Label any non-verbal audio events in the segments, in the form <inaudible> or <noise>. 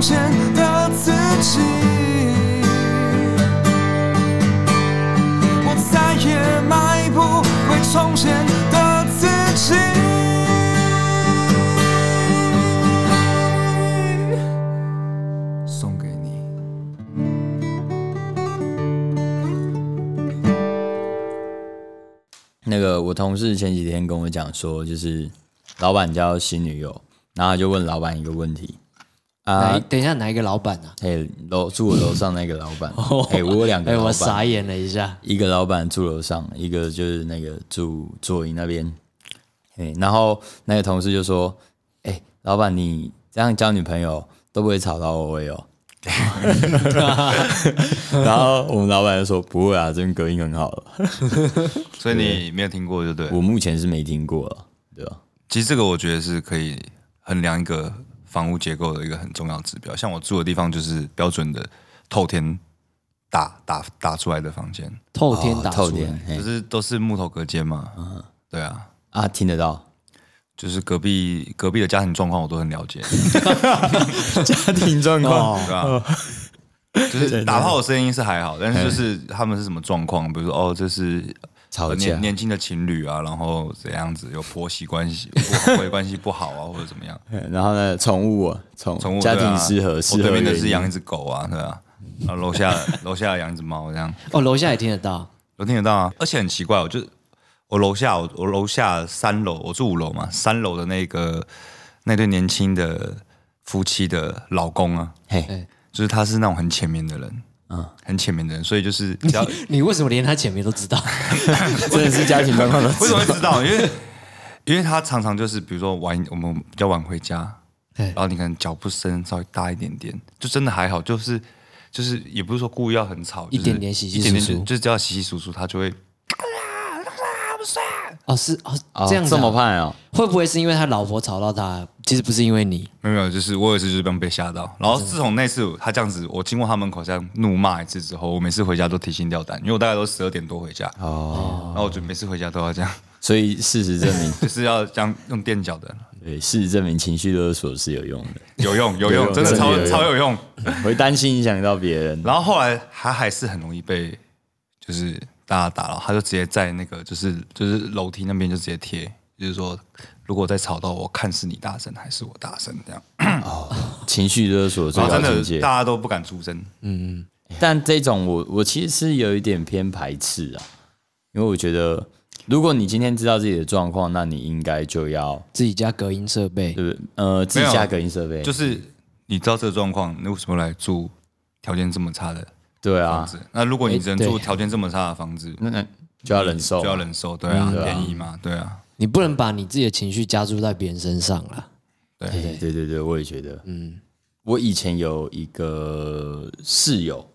前的自己，我再也买不回从前的自己。送给你。那个我同事前几天跟我讲说，就是老板交新女友，然后他就问老板一个问题哪啊一，等一下哪一个老板啊？嘿，楼住我楼上那个老板，嘿，我有两个哎，老我板，哦傻眼了一下。一个老板住楼上，一个就是那个住左营那边，嘿，然后那个同事就说，哎、老板你这样交女朋友都不会吵到我喂哦。 <laughs> 然后我们老板就说不会啊，这边隔音很好了。所以你没有听过，就对了。我目前是没听过了，对吧？其实这个我觉得是可以衡量一个房屋结构的一个很重要指标。像我住的地方就是标准的透天打打打出来的房间，透天打透出天来，，嘿嗯就是都是木头隔间嘛。对啊，啊，听得到。就是隔壁隔壁的家庭状况我都很了 <laughs> 解，家庭状况，对啊。就是打炮的声音是还好，但是就是他们是什么状况？比如说哦，这是呃吵架年年轻的情侣啊，然后怎样子有婆媳关系、婆 <laughs> 媳关系不好啊，或者怎么样？然后呢，宠物啊，宠宠物家庭失适合，我适对合面的原是因养一只狗啊，对啊，然后楼下楼下养一只猫这样，哦，楼下也听得到。我听得到啊。而且很奇怪，我就我楼下我我楼下三楼，我住五楼嘛，三楼的那个那对年轻的夫妻的老公啊，嘿，哎就是他是那种很浅眠的人，嗯，很浅眠的人，所以 <laughs> 就是只要为你为什么连他前面都知道？真的是家庭状 <laughs> 况都知什么道。会知道？因为因为他常常就是比如说晚我们比较晚回家，嘿哎然后你可能脚步声稍微大一点点，就真的还好，就是就是也不是说故意要很吵，一就是点点洗洗一点点簌簌就是只要洗洗簌簌，他就会 <laughs> 哦，是哦，哦这样子这啊么怕哦，会不会是因为他老婆吵到他？其实不是因为你，没有没有，就是我有一次就是被被吓到，然后自从那次他这样子，我经过他门口这样怒骂一次之后，我每次回家都提心吊胆，因为我大概都十二点多回家，哦，然后我就每次回家都要这样， <laughs> 所以事实证明，就是要这样用垫脚的，对，事实证明情绪勒索是有用 <laughs> 的，有用有有用，用真的真的超有用超有用。会担心影响到别人。然后后来他还是很容易被就是大家打扰，他就直接在那个就是就是楼梯那边就直接贴，就是说如果再吵到我，看是你大声还是我大声这样，情绪勒索最然后高哦啊真境的界大，家都不敢出声。但这种我我其实是有一点偏排斥啊，因为我觉得，如果你今天知道自己的状况，那你应该就要自己家隔音设备。对不对？呃，自没己有加隔音设备，就是你知道这个状况，你为什么来住条件这么差的对房啊，子？那如果你只能诶对住条件这么差的房子，那那就要忍受，就要忍受，对啊，嗯对啊便宜嘛，对啊，你不能把你自己的情绪加注在别人身上啊啦。对。对对对，我也觉得，嗯，我以前有一个室友，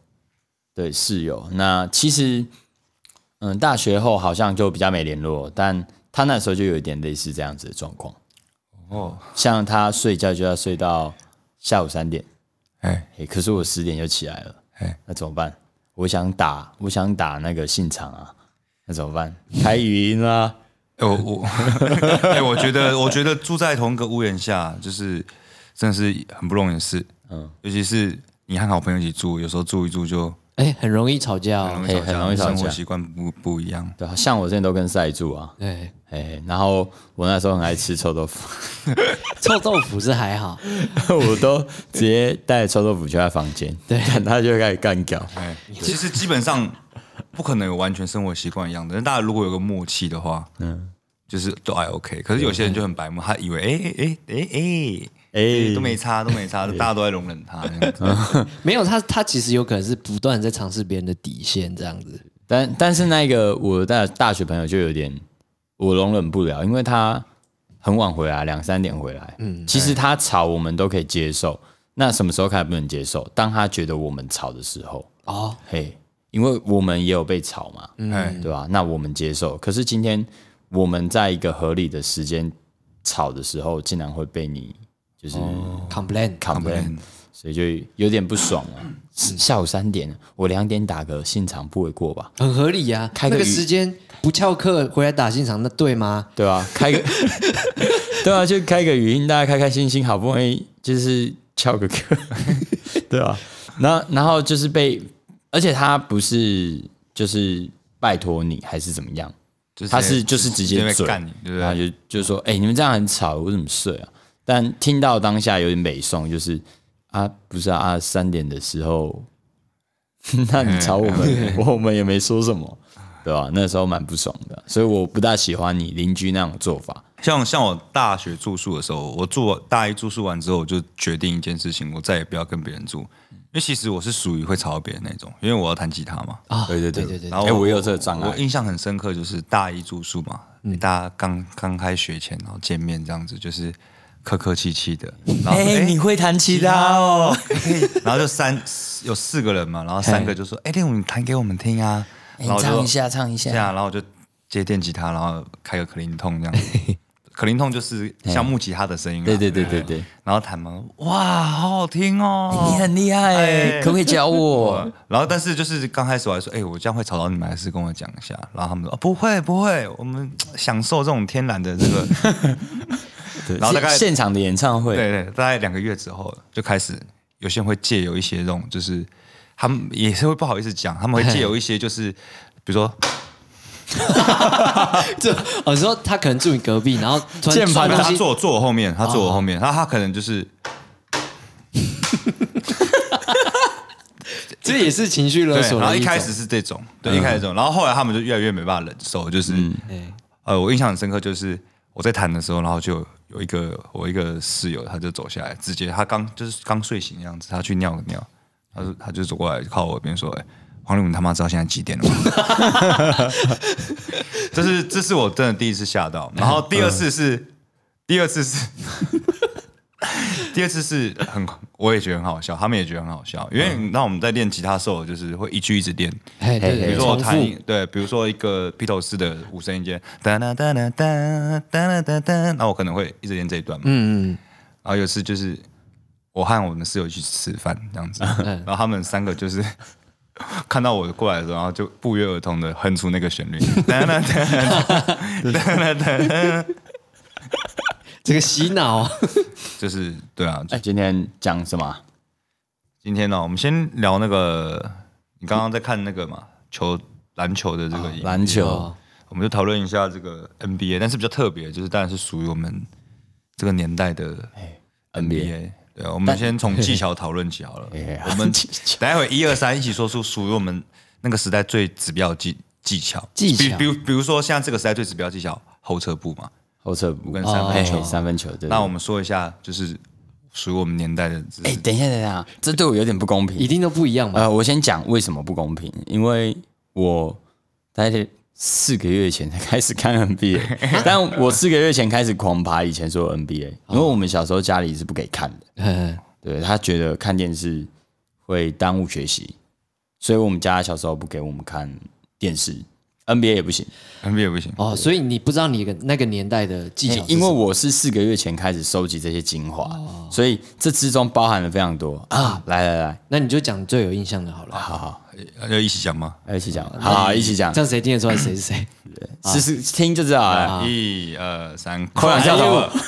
对室友，那其实，嗯，大学后好像就比较没联络，但他那时候就有一点类似这样子的状况，哦，像他睡觉就要睡到下午三点，哎，诶，可是我十点就起来了，哎那怎么办？我想打，我想打那个信场啊，那怎么办？开语音啊，哎我我，哎，我觉得，我觉得住在同一个屋檐下，就是真的是很不容易的事，嗯，尤其是你和好朋友一起住，有时候住一住就哎，很容易吵架很哦。容易吵架，嘿很容易吵架生活习惯不不一样，对啊，像我之前都跟赛住啊，对，哎，然后我那时候很爱吃臭豆腐。臭豆腐是还好， <laughs> <laughs> 我都直接带臭豆腐去他房间， <laughs> 对，他就开始干掉。哎，其实基本上不可能有完全生活习惯一样的，但大家如果有个默契的话，嗯，就是都还 OK。可是有些人就很白目，他以为哎哎哎哎哎哎都没差都没 <laughs> 差，大家都在容忍他这样子。没有他，他其实有可能是不断在尝试别人的底线这样子。但但是那个我的大大学朋友就有点我容忍不了，因为他很晚回来，两三点回来。嗯，其实他吵我们都可以接受，那什么时候开始不能接受？当他觉得我们吵的时候，哦，嘿，因为我们也有被吵嘛，哎，对吧、那我们接受。可是今天我们在一个合理的时间吵的时候，竟然会被你就是 complain， complain，所以就有点不爽啊。是下午三点，我两点打个现场不为过吧？很合理呀、开个那个语时间不翘课回来打现场，那对吗？ <laughs> 对啊，开个对啊，就开个语音，大家开开心心，好不容易就是翘个课， <laughs> 对啊，然后然后就是被，而且他不是就是拜托你还是怎么样，就是他是就是直接被嘴干你，对不然后对？就就说：“哎、你们这样很吵，我怎么睡啊？”但听到当下有点美送，就是啊，不是啊，啊三点的时候， <laughs> 那你吵我们，嗯 <laughs> 我们也没说什么，对吧、那时候蛮不爽的，所以我不大喜欢你邻居那种做法。像像我大学住宿的时候，我住大一住宿完之后，我就决定一件事情，我再也不要跟别人住，因为其实我是属于会吵到别人那种，因为我要弹吉他嘛。啊，对对对对对对然后哎我也有这个障碍嗯我印象很深刻，就是大一住宿嘛，大家刚刚开学前，然后见面这样子，就是客客气气的。然后说哎会弹吉他哦，然后就三有四个人嘛，然后三个就说：“哎，练武，你弹给我们听啊。”哎然后我就唱一下唱一下这样，然后我就接电吉他，然后开个克林痛这样子。 <laughs> 克林痛就是像木吉他的声音啊，对对对对对，然后弹嘛，哇，好好听哦，你很厉害、哎可不可以教我？然后，但是就是刚开始我还说，哎、我这样会吵到你们，还是跟我讲一下。然后他们说，哦、不会不会，我们享受这种天然的这 <laughs> 个。对然后大概现场的演唱会，对对，大概两个月之后就开始，有些人会借由一些这种，就是他们也是会不好意思讲，他们会借由一些就是，比如 <laughs> 说 <laughs> 这我说他可能住你隔壁，然后突然键盘摔他东西，坐我坐我后面，他坐我后面，然后他可能就是这也是情绪勒对，索的种。嗯然后一开始是这种，对，一开始这种，然后后来他们就越来越没办法忍受，就是、哎，呃，我印象很深刻，就是我在弹的时候，然后就有一个我一个室友，他就走下来，直接他刚就是刚睡醒的样子，他去尿个尿，他就他就走过来靠我耳边说：“哎、黄立文，你他妈知道现在几点了吗？” <laughs> 这是这是我真的第一次吓到，嗯然后第二次是、第二次是。第二次是很，我也觉得很好笑，他们也觉得很好笑，因为嗯你知道我们在练吉他的时候，就是会一句一直练，哎对比对，如说我重弹一复，对，比如说一个披头士的五声音阶，哒哒哒哒哒哒哒哒，然后我可能会一直练这一段嘛。嗯嗯，然后有一次就是我和我们室友去吃饭这样子，嗯 <laughs> 然后他们三个就是 <laughs> 看到我过来的时候，然后就不约而同的哼出那个旋 <laughs> 律，哒哒哒哒哒哒，这个洗脑 <laughs> 啊，就是对啊。哎，今天讲什么啊？今天呢，我们先聊那个，你刚刚在看那个嘛球篮球的这个影片篮球哦，我们就讨论一下这个 NBA，但是比较特别，就是当然是属于我们这个年代的哎 NBA。对，啊我们先从技巧讨论起好了。我们待会一二三一起说出属于我们那个时代最指标的技技巧。技比巧比如比如说像这个时代最指标的技巧后撤步嘛。后撤步跟三分球哎三分球。对对那我们说一下，就是属于我们年代的，哎、等一下，等一下，这对我有点不公一平。定都不一样嘛。呃，我先讲为什么不公平，因为我大概四个月前才开始看 <laughs> NBA，但我四个月前开始狂爬以前说 NBA，因哦为我们小时候家里是不给看的，嗯，对他觉得看电视会耽误学习，所以我们家小时候不给我们看电视，NBA 也不行， NBA 不行。哦，所以你不知道你的那个年代的技巧是什么，哎哦因为我是四个月前开始收集这些精华，所以这之中包含了非常多啊！来来来，那你就讲最有印象的好了，好好。要呃一起讲吗？要一起讲，好，一起讲哦这，样啊谁听得出来谁 <laughs> 是谁？试试听就知道啊了。一二三，啊快点跳哎头，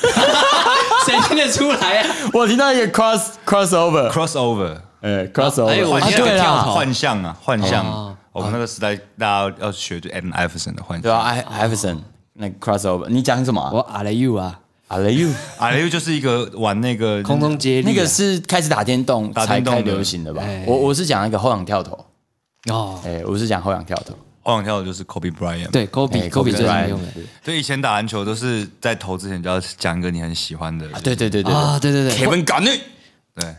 谁听得出来啊？ <laughs> 我听到一个 cross crossover， ，crossover。呃哎，crossover，我啊听到对跳啦头，幻象啊，幻象。哦我们那个时代，大家要学就 Adam Iverson 的幻对象。啊，艾艾弗森那 crossover，你讲什么啊我阿雷 you 啊， ？I love you，啊，又就是一个玩那个空中接力啊那个是开始打电动打才电动开的流行的吧哎？我我是讲那个后仰跳投，哦，哎，我是讲后仰跳投，后仰跳的就是 Kobe Bryant。，对，Kobe 哎 Kobe 最常 Bryant，用的所以以前打篮球都是在投之前就要讲一个你很喜欢的人。对对对对啊，对对对， ，Kevin g a r n e t 对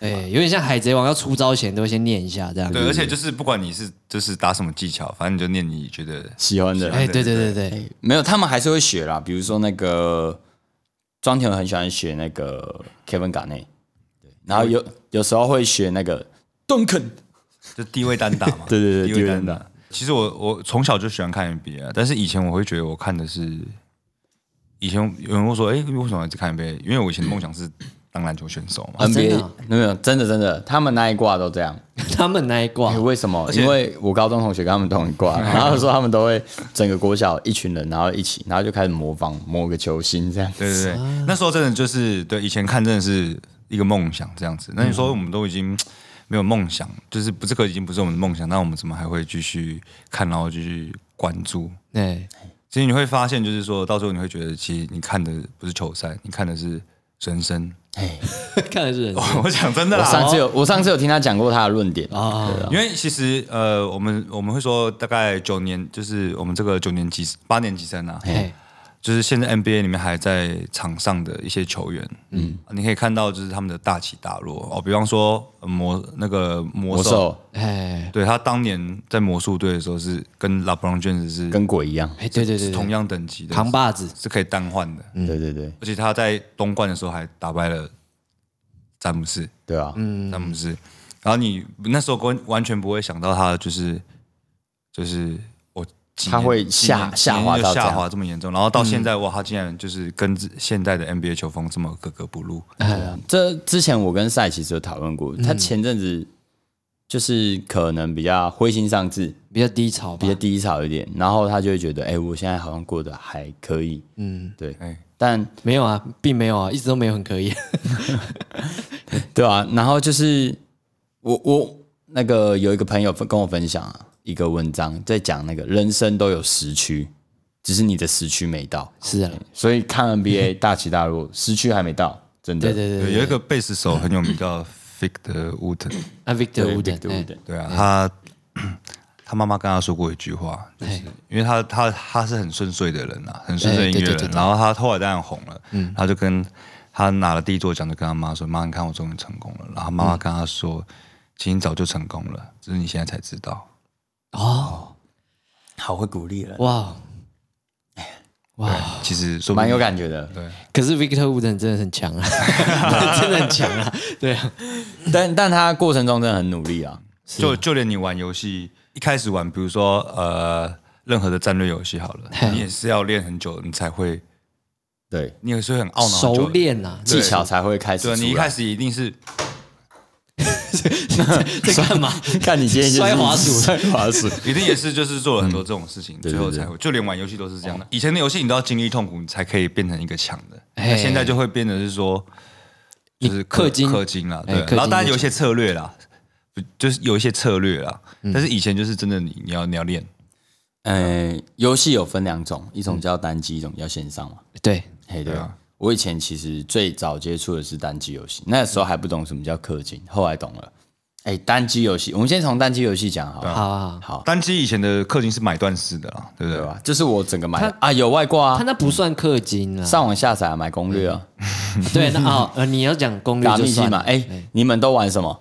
哎，有点像海贼王要出招前都会先念一下这样。对，而且就是不管你是就是打什么技巧，反正你就念你觉得喜欢的，哎，对对对对对对，没有，他们还是会学啦，比如说那个庄田很喜欢学那个 Kevin g a r n e t 对，然后有有时候会学那个 Duncan。就低位单打嘛。 <laughs> 对对对低位低位打单打。其实我我从小就喜欢看 NBA，啊但是以前我会觉得我看的是，以前有人会说，哎，为什么一直看 NBA？因为我以前的梦想是当篮球选手嘛。真 NBA、的啊没有没有真的真的，他们那一挂都这样。他们那一挂哎，为什么？因为我高中同学跟他们同一挂，然后说他们都会整个国小一群人，然后一起，然后就开始模仿某个球星这样。对对对，那时候真的就是对以前看真的是。一个梦想这样子。那你说我们都已经没有梦想，就是不这个已经不是我们的梦想，那我们怎么还会继续看，然后继续关注？哎，其实你会发现，就是说到时候你会觉得，其实你看的不是球赛，你看的是人生。看来是人 <laughs> 我讲真的 <laughs> 我上啦，次有我上次有听他讲过他的论点啊，因为其实呃，我们我们会说，大概九年，就是我们这个九年级、八年级生啊，哎，就是现在 NBA 里面还在场上的一些球员，嗯，你可以看到就是他们的大起大落哦，比方说呃魔那个魔魔兽，兽哎，对他当年在魔术队的时候是跟 LeBron James 是跟鬼一样，哎，对对对，是对同样等级的，扛把嗯子，是可以单换的，对对对而且他在东冠的时候还打败了詹姆斯，对啊，詹姆斯，然后你那时候完完全不会想到他就是就是我几年他会下几年下滑几到年就这样嗯下滑这么严重，然后到现在、哇，他竟然就是跟现在的 NBA 球风这么格格不入，哎这之前我跟赛其实有讨论过，他前阵子就是可能比较灰心丧志，比较低潮吧，比较低潮一点，然后他就会觉得，哎、我现在好像过得还可以，嗯，对，哎但没有啊，并没有啊，一直都没有很可以。对啊，然后就是我我那个有一个朋友分跟我分享啊一个文章，在讲那个人生都有时区，只是你的时区没到， <laughs> 是啊，所以看 <laughs> NBA 大起大落，时区还没到，真的，对对对对，有一个贝斯手很有名叫 Fig 的 Wooden，啊，Victor 对 Wooden， Victor 哎 Wooden 对啊，他 <clears throat> 他妈妈跟他说过一句话，就是因为他他他是很顺遂的人啊，很顺遂的音哎乐对对对人，对嗯然后他后来当然红了，他就跟他拿了第一座奖，就跟他妈说：“妈，你看我终于成功了。”然后妈妈跟他说：“其实你早就成功了，只是你现在才知道。哦，好会鼓励人，哇对哇，，其实说不蛮定有感觉的，可是 Victor Wooden 真的很强啊，真的很强啊，对啊，但但他过程中真的很努力啊，就就连你玩游戏一开始玩，比如说呃任何的战略游戏好了，你也是要练很久，你才会，对，你也是会很懊恼很久熟练啊呐，技巧才会开始出对啊来，你一开始一定是在干嘛？看你今天就是摔滑鼠 <laughs> 摔滑鼠，一定也是就是做了很多这种事情，最后才会就连玩游戏都是这样哦的。以前的游戏你都要经历痛苦，你才可以变成一个强的。哎那现在就会变得是说，就是氪金氪金啦，哎对氪。金然后当然有一些策略啦，不就是有一些策略啦。嗯但是以前就是真的你你要你要练，呃，游戏有分两种，一种叫单机，一种叫线上嘛。 <laughs> 对，嘿，对对啊我以前其实最早接触的是单机游戏，那时候还不懂什么叫氪金，后来懂了。哎，单机游戏，我们先从单机游戏讲好了，好啊，好好，单机以前的氪金是买断式的啦，对不对对？吧？就是我整个买啊，有外挂他啊，那不算氪金啊，上网下载啊买攻略啊，对，那哦，呃，你要讲攻略打就秘籍算嘛。了，哎，你们都玩什么？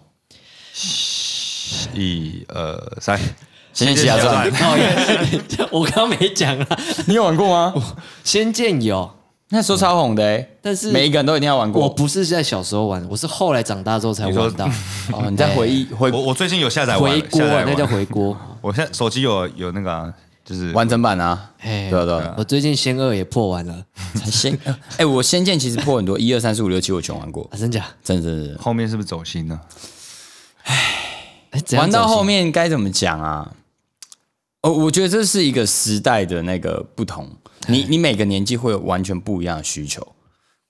一二呃三，仙剑奇侠传， <laughs> 靠腰我刚刚没讲啊，哦你有玩过吗？仙剑有，那时候超红的哎，但是每一个人都一定要玩我过。不是在小时候玩，我是后来长大之后才你说玩到， <laughs> 哦，你在回忆回我我最近有下载玩回了，锅下载啊，那玩叫回锅。我现在手机有有那个啊就是完整版啊？哎，对啊对啊，我最近仙二也破完了，才仙， <laughs> 哎、我仙剑其实破很多，一二三四五六七我全玩过啊，，真假？真的真的。后面是不是走心呢？哎，怎样玩到走心后面该怎么讲啊？哦，我觉得这是一个时代的那个不同，你你每个年纪会有完全不一样的需求，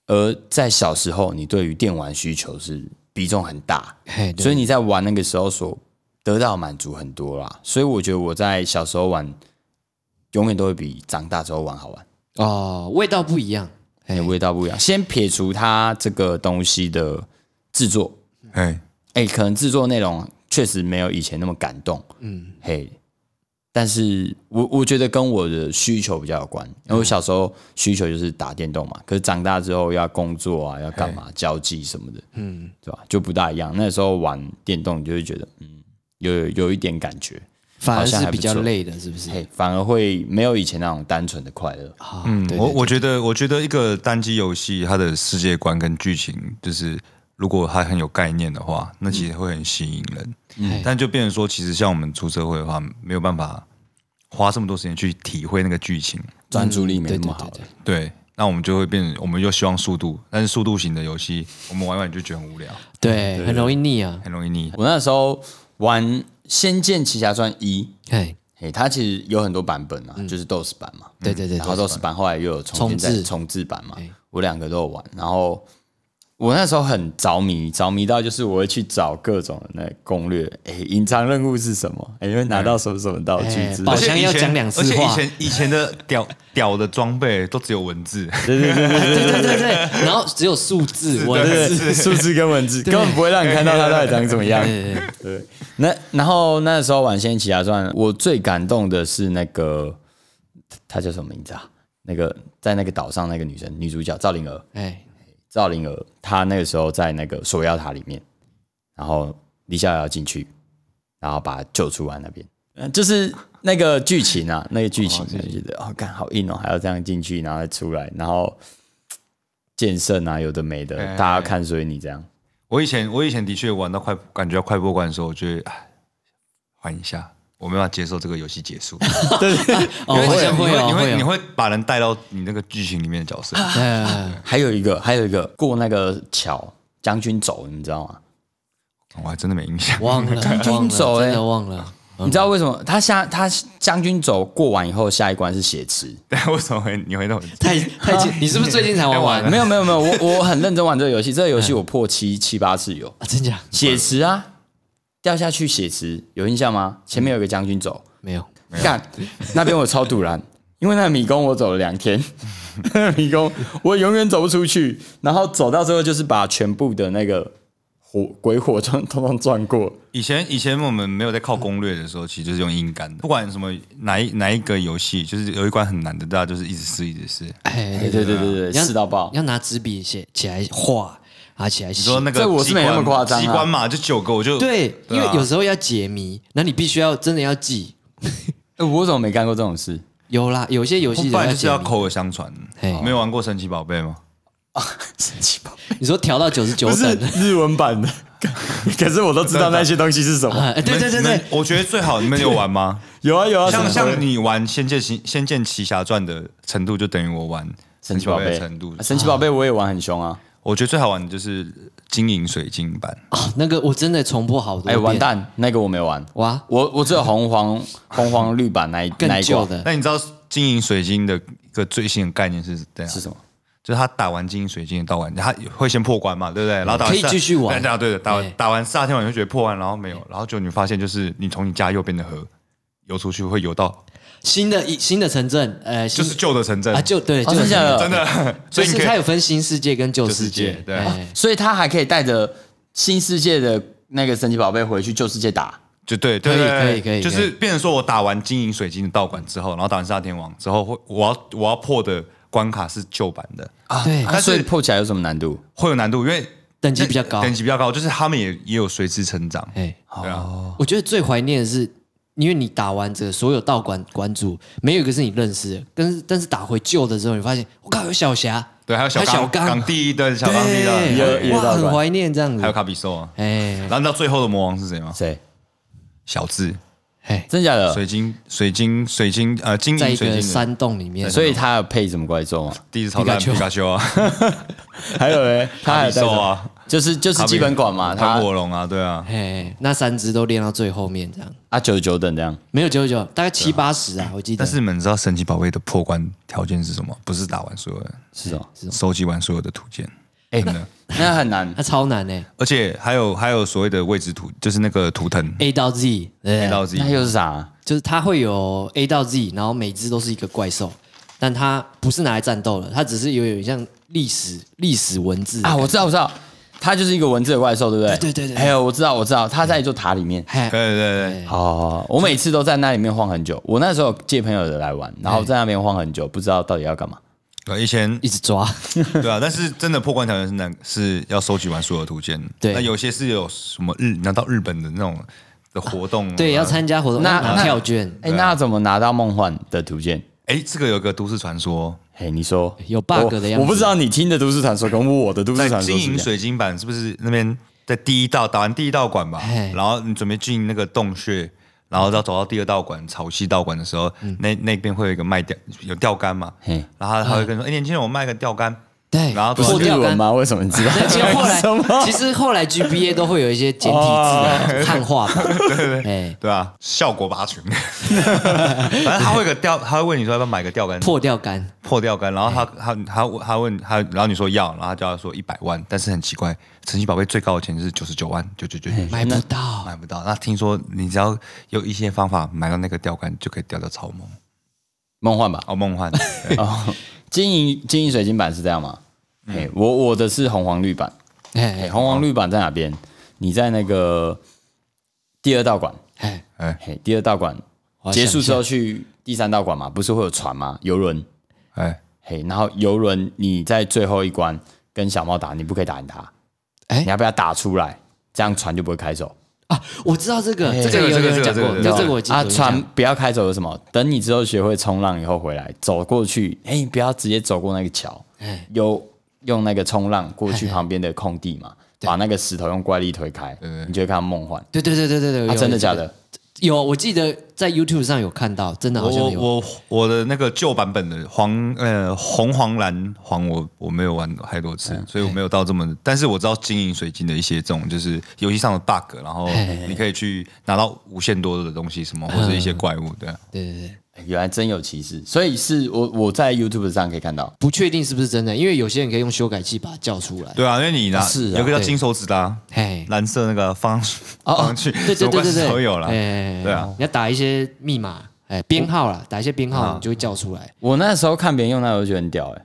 而在小时候，你对于电玩需求是比重很大，嘿对所以你在玩那个时候所得到的满足很多啦。所以我觉得我在小时候玩，永远都会比长大之后玩好玩。哦，味道不一样，哎，味道不一样。先撇除它这个东西的制作，哎，哎，可能制作内容确实没有以前那么感动，嗯，嘿，但是我我觉得跟我的需求比较有关，因为嗯我小时候需求就是打电动嘛，可是长大之后要工作啊，要干嘛交际什么的，嗯，对吧？就不大一样。那时候玩电动，你就会觉得，嗯，有有一点感觉，反而好像是还比不较错累的，是不是？嘿，反而会没有以前那种单纯的快乐。啊，对嗯，我我觉得，我觉得一个单机游戏，它的世界观跟剧情，就是如果它很有概念的话，那其实会很吸引人。嗯但就变成说，其实像我们出社会的话，没有办法花这么多时间去体会那个剧情。专注力没嗯对那对么对好了对，对，那我们就会变成，我们又希望速度，但是速度型的游戏，我们玩完就觉得很无聊，对，很容易腻啊。很容易腻。我那时候玩《仙剑奇侠传一》，哎，嘿，它其实有很多版本啊，就是 DOS 版嘛，嗯对对对然后对， DOS 版后来又有重新再哎重置重置版嘛对，我两个都有玩，然后我那时候很着迷，着迷到就是我会去找各种的那攻略，哎、隐藏任务是什么？哎、因为拿到什么什么道具哎之类保的好。像而且以前要讲两次而且以话前以前的屌屌的装备都只有文字，哎对对对对，然后只有数字文对字，对， <laughs> 数字跟文字根本不会让你看到它到底长怎么样。对，那然后那时候玩《仙奇侠传》，我最感动的是那个她叫什么名字啊？那个在那个岛上那个女生，女主角赵灵儿。哎，赵灵儿她那个时候在那个锁妖塔里面，然后李逍遥进去，然后把她救出来那边，嗯，就是那个剧情啊，那个剧情，我觉得哦，干好硬哦，还要这样进去，然后再出来，然后嘖剑圣啊，有的没的，哎大家看随你这样。我以前我以前的确玩到快感觉到快破关的时候，我觉得哎，缓一下，我没办法接受这个游戏结束。哦，因为好像会哦，你会会你哦，会把人带到你那个剧情里面的角色，哎，啊还有一个，还有一个过那个桥，将军走，你知道吗？我还真的没印象。忘了，军忘走哎了，真的忘了，你知道为什么他下他将军走过完以后，下一关是写词？ <laughs> 但为什么会你会那种？太太近，你是不是最近才玩啊完？没有没有没有，我我很认真玩这个游戏，这个游戏我破七七八次有。啊，真假？写词啊，掉下去写词，有印象吗？前面有个将军走，没有，干那边我超堵然，因为那个迷宫我走了两天， <laughs> 那个迷宫我永远走不出去，然后走到最后就是把全部的那个火鬼火撞通通撞过，以前以前我们没有在靠攻略的时候，其实就是用硬干的，不管什么哪一哪一个游戏，就是有一关很难的，大家就是一直试一直试。哎，对对对对对，要试到爆。要拿纸笔写起来画，拿起来你写。说那个这我是没那么机关夸张啊机关嘛就九个，我就对，因为啊有时候要解谜，那你必须要真的要记。哎我怎么没干过这种事？有啦，有些游戏人不然就是解要谜口耳相传嘿。没有玩过神奇宝贝吗？神奇宝你说调到九十九不是等，日文版的， <laughs> 可是我都知道那些东西是什么。 <laughs> 哎，对对对你们对，，我觉得最好你们有玩吗？有啊有啊，像什么像你玩《仙剑奇仙剑奇侠传》的程度，就等于我玩神奇宝贝的程度啊。神奇宝贝我也玩很凶啊。我觉得最好玩的就是金银水晶版，哦那个我真的重播好多哎、遍。完蛋，那个我没玩，哇，我我只有红 <laughs> 黄红黄绿版那一那更一旧挂的那你知道金银水晶的一个最新的概念是怎样？是什么？就是他打完金银水晶到完，他会先破关嘛，对不对？然后打完可以四大继续玩对对对对，打对完打完四大天王你就觉得破完，然后没有，然后就你发现就是你从你家右边的河游出去会游到新的一新的城镇，呃，就新是旧的城镇啊，就对，哦旧真的假的真的，所就以你是可以它有分新世界跟旧世界旧世界，对啊哎所以他还可以带着新世界的那个神奇宝贝回去旧世界打。就对，对可以对可以可以就可是以变成说我打完金银水晶的道馆之后，然后打完四大天王之后，会我要我要破的关卡是旧版的，对，啊、但是所以破起来有什么难度？会有难度，因为等级比较高等级比较高，就是他们也也有随之成长，哎，对啊，我觉得最怀念的是，因为你打完这个所有道馆馆主，没有一个是你认识的，但是但是打回旧的之后，你发现我靠有小霞，对，还有小还有小刚刚港第一对小刚第一对，的，也有哇，道馆很怀念这样还有子。卡比兽啊，哎然后你知道最后的魔王是谁吗？谁？小智，哎，真假的？水晶水晶水晶呃金在银一水个晶的，山洞里面，所以他有配什么怪兽吗？第一次超烂皮卡丘皮卡丘啊， <laughs> <laughs> 还有嘞，他还卡有比带什兽么？啊，就是就是基本款嘛，汤他火龙啊，对啊，哎，那三只都练到最后面这样，啊九十九等这样。没有九九九，大概七八十啊，我记得。但是你们知道神奇宝贝的破关条件是什么？不是打完所有人，是哦，收集完所有的图鉴。哎、真的那很难那超难哎而且还有还有所谓的位置图，就是那个图腾，A 到 Z，对看到自己那。又是啥？就是它会有 A 到 Z，然后每只都是一个怪兽，但它不是拿来战斗的，它只是有点像历史历史文字啊，我知道，我知道，他就是一个文字的怪兽，对不对？对对对对还有，我知道，我知道，他在一座塔里面。嘿对对哎对，哦，我每次都在那里面晃很久。我那时候借朋友的来玩，然后哎在那边晃很久，不知道到底要干嘛。对以前一直抓，嗯对啊，但是真的破关条件是那是要收集完所有图鉴。对那有些是有什么日拿到日本的那种的活动啊，对，要参加活嗯动，那要拿那票券，哎，那怎么拿到梦幻的图鉴？哎，这个有个都市传说，哦嘿，你说有 bug 的样我我子不知道你听的都市传说跟我的都市在传说金是银不是水晶版是不是那边在第一道打完第一道馆吧嘿，然后你准备进那个洞穴，然后到走到第二道馆潮汐道馆的时候，那那边会有一个卖钓有钓竿嘛，嘿，然后他会跟你说，哎，年轻人，我卖个钓竿，对，然后不都是破日掉文干。吗？为什么你知道？其实后 <laughs> 什么哦来，其实后来 GBA 都会有一些简体字的汉化 <laughs> 版，对哎，对啊，效果拔群。反正他会有个钓，他会问你说要不要买个钓竿，破掉干，破钓竿，然后他他他他问他，然后你说要，然后他叫他说一百万，但是很奇怪，神奇宝贝最高的钱是九十九万九九九九，买不到，买不到。那听说你只要有一些方法买到那个钓竿，就可以钓到超梦梦幻吧？哦，梦 <laughs> 幻。对哦，金银金银水晶版是这样吗？嗯哎，我我的是红黄绿版。哎，哎红黄绿版在哪边？你在那个第二道馆，哎，哎嘿，第二道馆我要结束想一之下后去第三道馆嘛，不是会有船吗？游轮，哎，嘿，然后游轮你在最后一关跟小猫打，你不可以打赢它，哎你要被它打出来，这样船就不会开走。啊，我知道这哎个，这这个个有这个有讲这个过，这个这个我记得啊，有船讲不要开走有什么？等你之后学会冲浪以后回来，走过去，哎、你不要直接走过那个桥哎，有用那个冲浪过去旁边的空地嘛，把那个石头用怪力推开，你就会看到梦幻。对对对对对对，啊，有真的这假个的？有，我记得在 YouTube 上有看到，真的好像我有。我我的那个旧版本的黄呃红黄蓝黄我我没有玩太多次，嗯所以我没有到这么，但是我知道金银水晶的一些这种就是游戏上的 bug，然后你可以去拿到无限多的东西什嗯么或者一些怪物，对啊，对对对，哎原来真有其事，所以是我我在 YouTube 上可以看到。不确定是不是真的，因为有些人可以用修改器把它叫出来。对啊，因为你拿是啊有个叫对金手指的啊，嘿，蓝色那个放上去哦放上去，对什对么对怪对事对，都有了，哎对啊，你要打一些密码，哎，编号啦，打一些编号，你就会叫出来。我那时候看别人用那个，我就觉得很屌哎、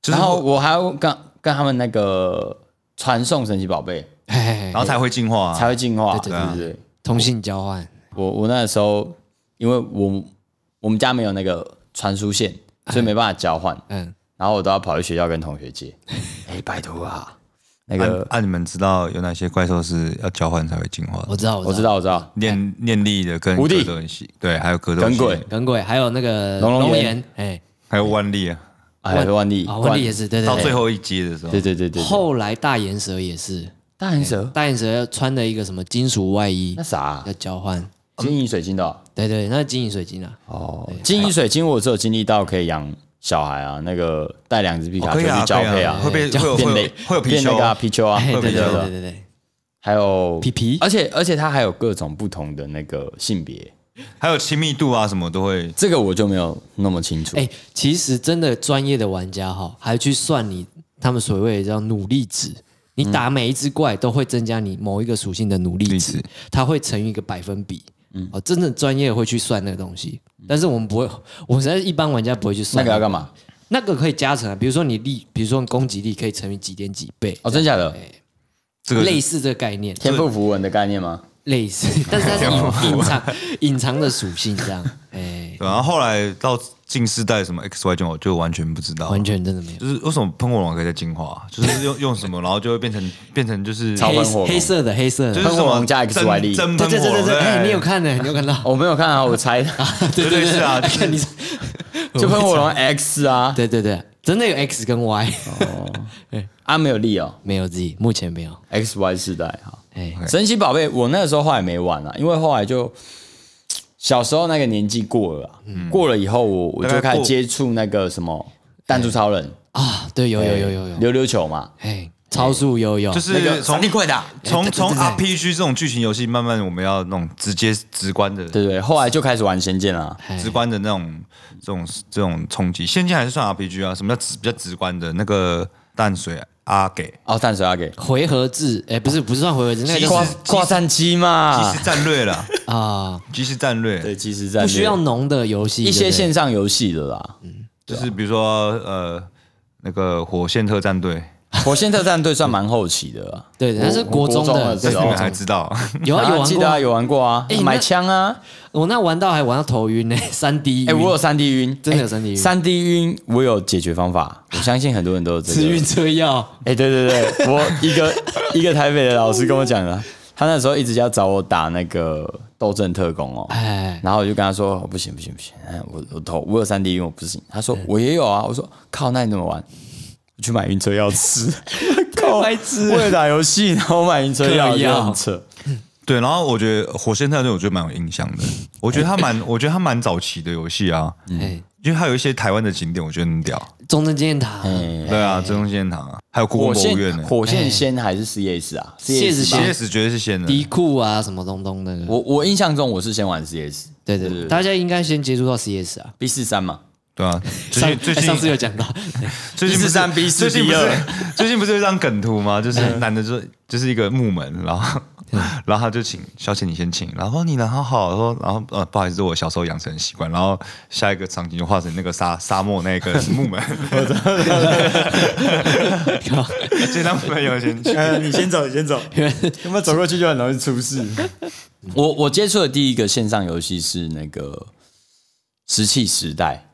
就是然后我还要跟跟他们那个传送神奇宝贝哎，然后才会进化才啊，会进化，对对对不对？通信交换，我我那时候因为我我们家没有那个传输线，所以没办法交换，嗯，然后我都要跑去学校跟同学借。哎、拜托啊，那按个按你们知道有哪些怪兽是要交换才会进化的我？知道，我知，道我知道，念念力的跟无格敌斗游戏，对，还有格斗游耿戏鬼，耿鬼还有那个龙龙岩岩，哎，还有万力啊，还有哎万历，啊，万历也，是，对对到最对。后一阶的时候，对对对对对，后来大岩蛇也是，大眼蛇大岩蛇穿了一个什么金属外衣那啥啊、要嗯交换，金银水晶的哦、对对，那是金银水晶啊，哦，金银水晶我只有经历到可以养小孩啊，那个带两只皮卡哦丘可以啊去 <laughs> 交配啊，可以啊会被变会有变会有雷会有貔变那貅个啊貔貅啊，哎，对对对对对对对对对，还有皮皮而且而且它还有各种不同的那个性别，还有亲密度啊什么都会，这个我就没有那么清楚。哎、其实真的专业的玩家哈，还去算你他们所谓的叫努力值，你打每一只怪都会增加你某一个属性的努力力值值，它会乘以一个百分比。嗯，哦，真正专业会去算那个东西，但是我们不会， <laughs> 我们实在是一般玩家不会去嗯那算个要干嘛？嘛？那个可以加成啊，比如说你力，比如说你攻击力可以乘以几点几倍，哦，真假的？哎这个类似这个概念，天赋啊符文的概念吗？<laughs> 类似，但是它是隐隐藏 <laughs> 隐藏的属性这样，哎、对然后后来到近世代什么 X Y 就我就完全不知道，完全真的没有。就是为什么喷火龙可以在进化啊，就是用用什么，然后就会变成变成就是超就喷火黑黑色的黑色的，是什喷火么龙加 XY 力真对真对喷火对对龙，对，哎，你有看呢？你有看到？我没有看啊，我猜的， <laughs> 对对是 <laughs> 啊，就是你就喷火龙 X 啊，对对对，真的有 X 跟 Y，啊没有力哦没有 Z，目前没有。 ，X Y 世代哈。哎，神奇宝贝，我那个时候后来没玩啊了、因为后来就小时候那个年纪过了啊、嗯过了以后我我大概就开始过接触那个什么弹珠超人，啊，对，有有有有有，溜溜球嘛，哎，超速有有，就是从贵的，从从哎对对对 RPG 这种剧情游戏，慢慢我们要那种直接直观的对对，后来就开始玩仙剑了、啊，哎直观的那种这种这种冲击。仙剑还是算 RPG 啊？什么叫直比较直观的？那个淡水阿给哦，淡水阿给回合制，哎，不是不是算回合制，那个叫挂什挂战机嘛啊即，时战略 <laughs> 啦，么啊，即时战略对，即时战不略需要浓的游戏，一对嗯些不对线上游戏的啦，啊就是比如说呃那个火线特战队，火线特战队算蛮后期的啊啦，对对，我那是国中我的，但国是中的时你候们还知道 <laughs> 啊？有啊有玩记过得啊啊，有玩过啊哎，那买枪啊，我那玩到还玩到头晕呢， <laughs> 三 D，哎，我有三 D 晕，真的有哎三 D 晕三 D 晕我有解决方法，我相信很多人都有这吃个晕。车药， <laughs> 哎，对对对，我一个一个台北的老师跟我讲的，他那时候一直要找我打那个斗阵特工哦，哎，然后我就跟他说不行不行不行，哎我我头我有三 D 晕，我不行。他嗯说我也有啊，我说靠，那你怎么玩？我去买晕车药 <laughs> 吃，靠，白痴了为了打游戏，然后买晕车药，嗑就药很扯。对，然后我觉得火线特战队我觉得蛮有印象的，我觉得它蛮我觉得它蛮早期的游戏啊，哎，因为它有一些台湾的景点，我觉得很屌。中正纪念堂，哎，对啊，中间堂啊，还有故火宫博物院线呢。火线先还是 CS 啊吧 CS 哎先 CS 绝对是先的，迪库啊什么东东那个，我我印象中我是先玩 CS 对对对，大家应该先接触到 CS 啊。 B 四三嘛，对啊。最上近最哎上次有近讲到，最近不是 B43 B42 最近不是最近不是有一张梗图吗？就是男的就就是一个木门，然后 <laughs> 然后他就请小姐你先请，然后你呢好好说，然后呃不好意思，我小时候养成习惯，然后下一个场景就画成那个沙沙漠那个木门， <laughs> 这张木门有先去，嗯，你先走，你先走，他们走过去就很容易出事。 <laughs> 我我接触的第一个线上游戏是那个《石器时代》，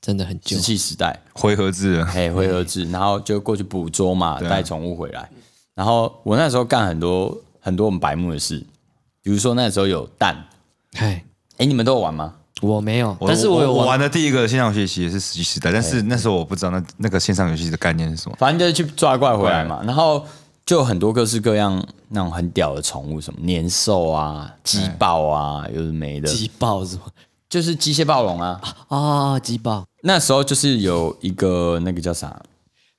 真的很《久石，器时代回合制》嘿回合制，然后就过去捕捉嘛，啊带宠物回来。然后我那时候干很多很多我们白目的事，比如说那时候有蛋，哎，哎，你们都有玩吗？我没有，但是我我有我玩玩，的第一个线上游戏也是《实际时代》，但是那时候我不知道那那个线上游戏的概念是什么。反正就是去抓怪回来嘛，然后就有很多各式各样那种很屌的宠物，什么年兽啊、鸡哎豹啊，有的没的，击爆是吗？就是机械暴龙啊。啊，击爆，那时候就是有一个那个叫啥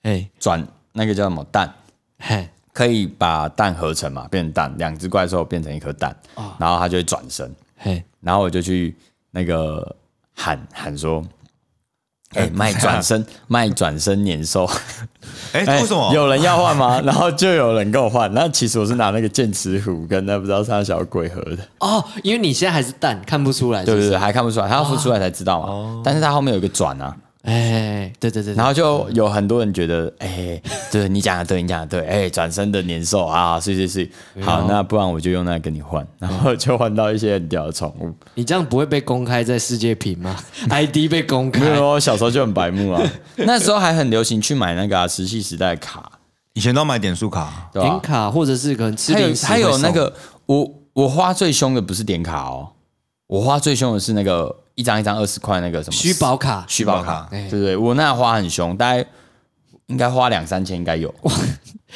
哎转，那个叫什么蛋，嘿，可以把蛋合成嘛，变成蛋，两只怪兽变成一颗蛋，啊然后它就会转身，嘿，然后我就去那个喊喊说。哎、卖转身，卖转身年兽，啊 <laughs> 哎、哎为什么？有人要换吗？然后就有人跟我换。那其实我是拿那个剑齿虎跟那不知道三小鬼合的，哦，因为你现在还是蛋，看不出来，对是不对是？对，还看不出来，他要孵出来才知道嘛。哦但是他后面有一个转啊，哎，对对对，然后后就有很多人觉得，哎、对你讲的对，你讲的对，哎、转身的年兽啊，是是是，好，那不然我就用那个跟你换， <laughs> 然后就换到一些很屌的宠物。你这样不会被公开在世界屏吗？ID 被公没开有，我小时候就很白目啊，那时候还很流行去买那个、啊、石器时代的卡，以前都要买点数卡，对吧、点卡，或者是可能吃还有零食还有会送那个，我我花最凶的不是点卡哦，我花最凶的是那个一张一张二十块那个什么虚宝卡，虚宝卡，对不对？我那花很凶，大概应该花两三千，应该有。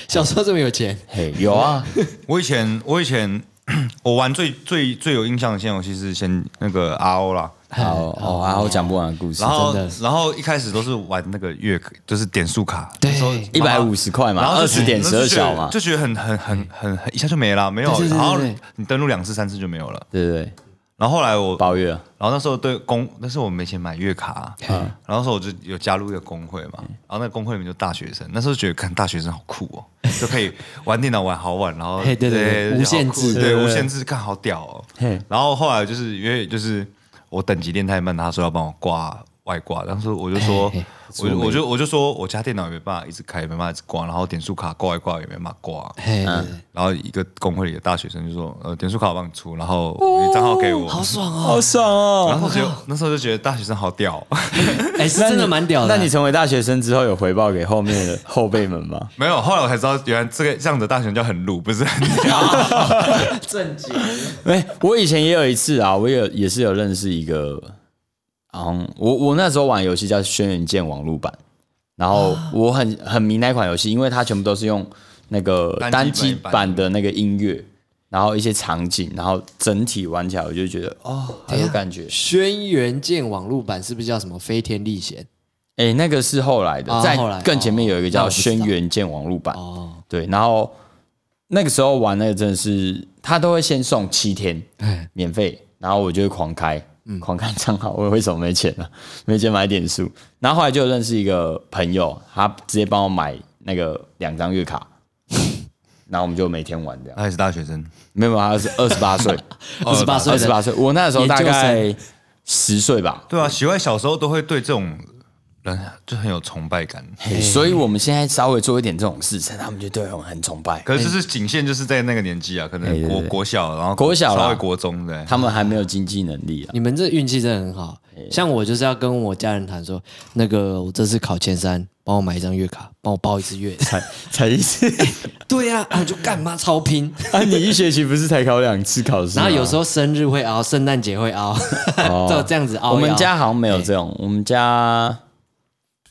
小时候这么有钱，嘿，有啊，我以前我以前 <clears throat> 我玩最最最有印象的线游戏是先那个 RO 啦，好哦，还好讲不完的故事然，后真的然后一开始都是玩那个月就是点数卡，对，啊一百五十块嘛，然后就二觉十得点十二小嘛，就觉得很很很很很一下就没了，没有，对对对对然后对你登录两次三次就没有了，对对对，然后后来我包月啊然后那时候对公，那时候我没钱买月卡，嗯然后那时候我就有加入一个工会嘛，然后那个工会里面就大学生，那时候觉得看大学生好酷哦， <laughs> 就可以玩电脑玩好晚，然后 <laughs> 嘿对对就好对酷无限制对无限制，看好屌哦。然后后来就是因为就是我等级练太慢，他说要帮我挂外挂，当时我就说，我就我就我就说我家电脑也没办法一直开，也没办法一直挂，然后点数卡挂一挂也没办法挂。嘿，对对然后一个工会里的大学生就说：“呃，点数卡我帮你出，然后你账号给我。哦好爽哦！好爽哦。然后就那时候就觉得大学生好屌 <laughs> 哦，哎，是真的蛮屌的。那你成为大学生之后，有回报给后面的后辈们 <laughs> 吗？没有。后来我才知道，原来这个这样的大学生叫很鲁，不是很屌。正经没、哎我以前也有一次啊，我有也是有认识一个，嗯，我我那时候玩游戏叫《轩辕剑网络版》，然后我很很迷那款游戏，因为它全部都是用那个单机单机版版嗯的那个音乐，然后一些场景，然后整体玩起来，我就觉得哦，好有感觉。轩辕剑网络版是不是叫什么飞天历险？哎、那个是后来的，啊在后来更前面有一个哦那叫《我不知道轩辕剑网络版》哦，对，然后那个时候玩那个真的是，他都会先送七天哎免费，然后我就会狂开，嗯狂开账号，我为什么没钱啊？没钱买点数，然后后来就认识一个朋友，他直接帮我买那个两张月卡，然后我们就每天玩这样。他也是大学生，没有，他是二十八岁， <laughs> 二十八岁二十的八岁，我那时候大研概十岁吧，对啊，奇怪，小时候都会对这种人就很有崇拜感。嘿所以我们现在稍微做一点这种事情，他们就对我们很崇拜。可是就是仅限就是在那个年纪啊，可能国国小，然后国小啦稍微国中对。他们还没有经济能力啊，你们这运气真的很好。像我就是要跟我家人谈说，那个我这次考前三，帮我买一张月卡，帮我报一次月。才才一次 <laughs> 对呀、啊，我就干嘛超拼。 <laughs> 啊！你一学期不是才考两次考试吗？然后有时候生日会熬，圣诞节会熬，就 <laughs> 这样子熬一熬。我们家好像没有这种，我们家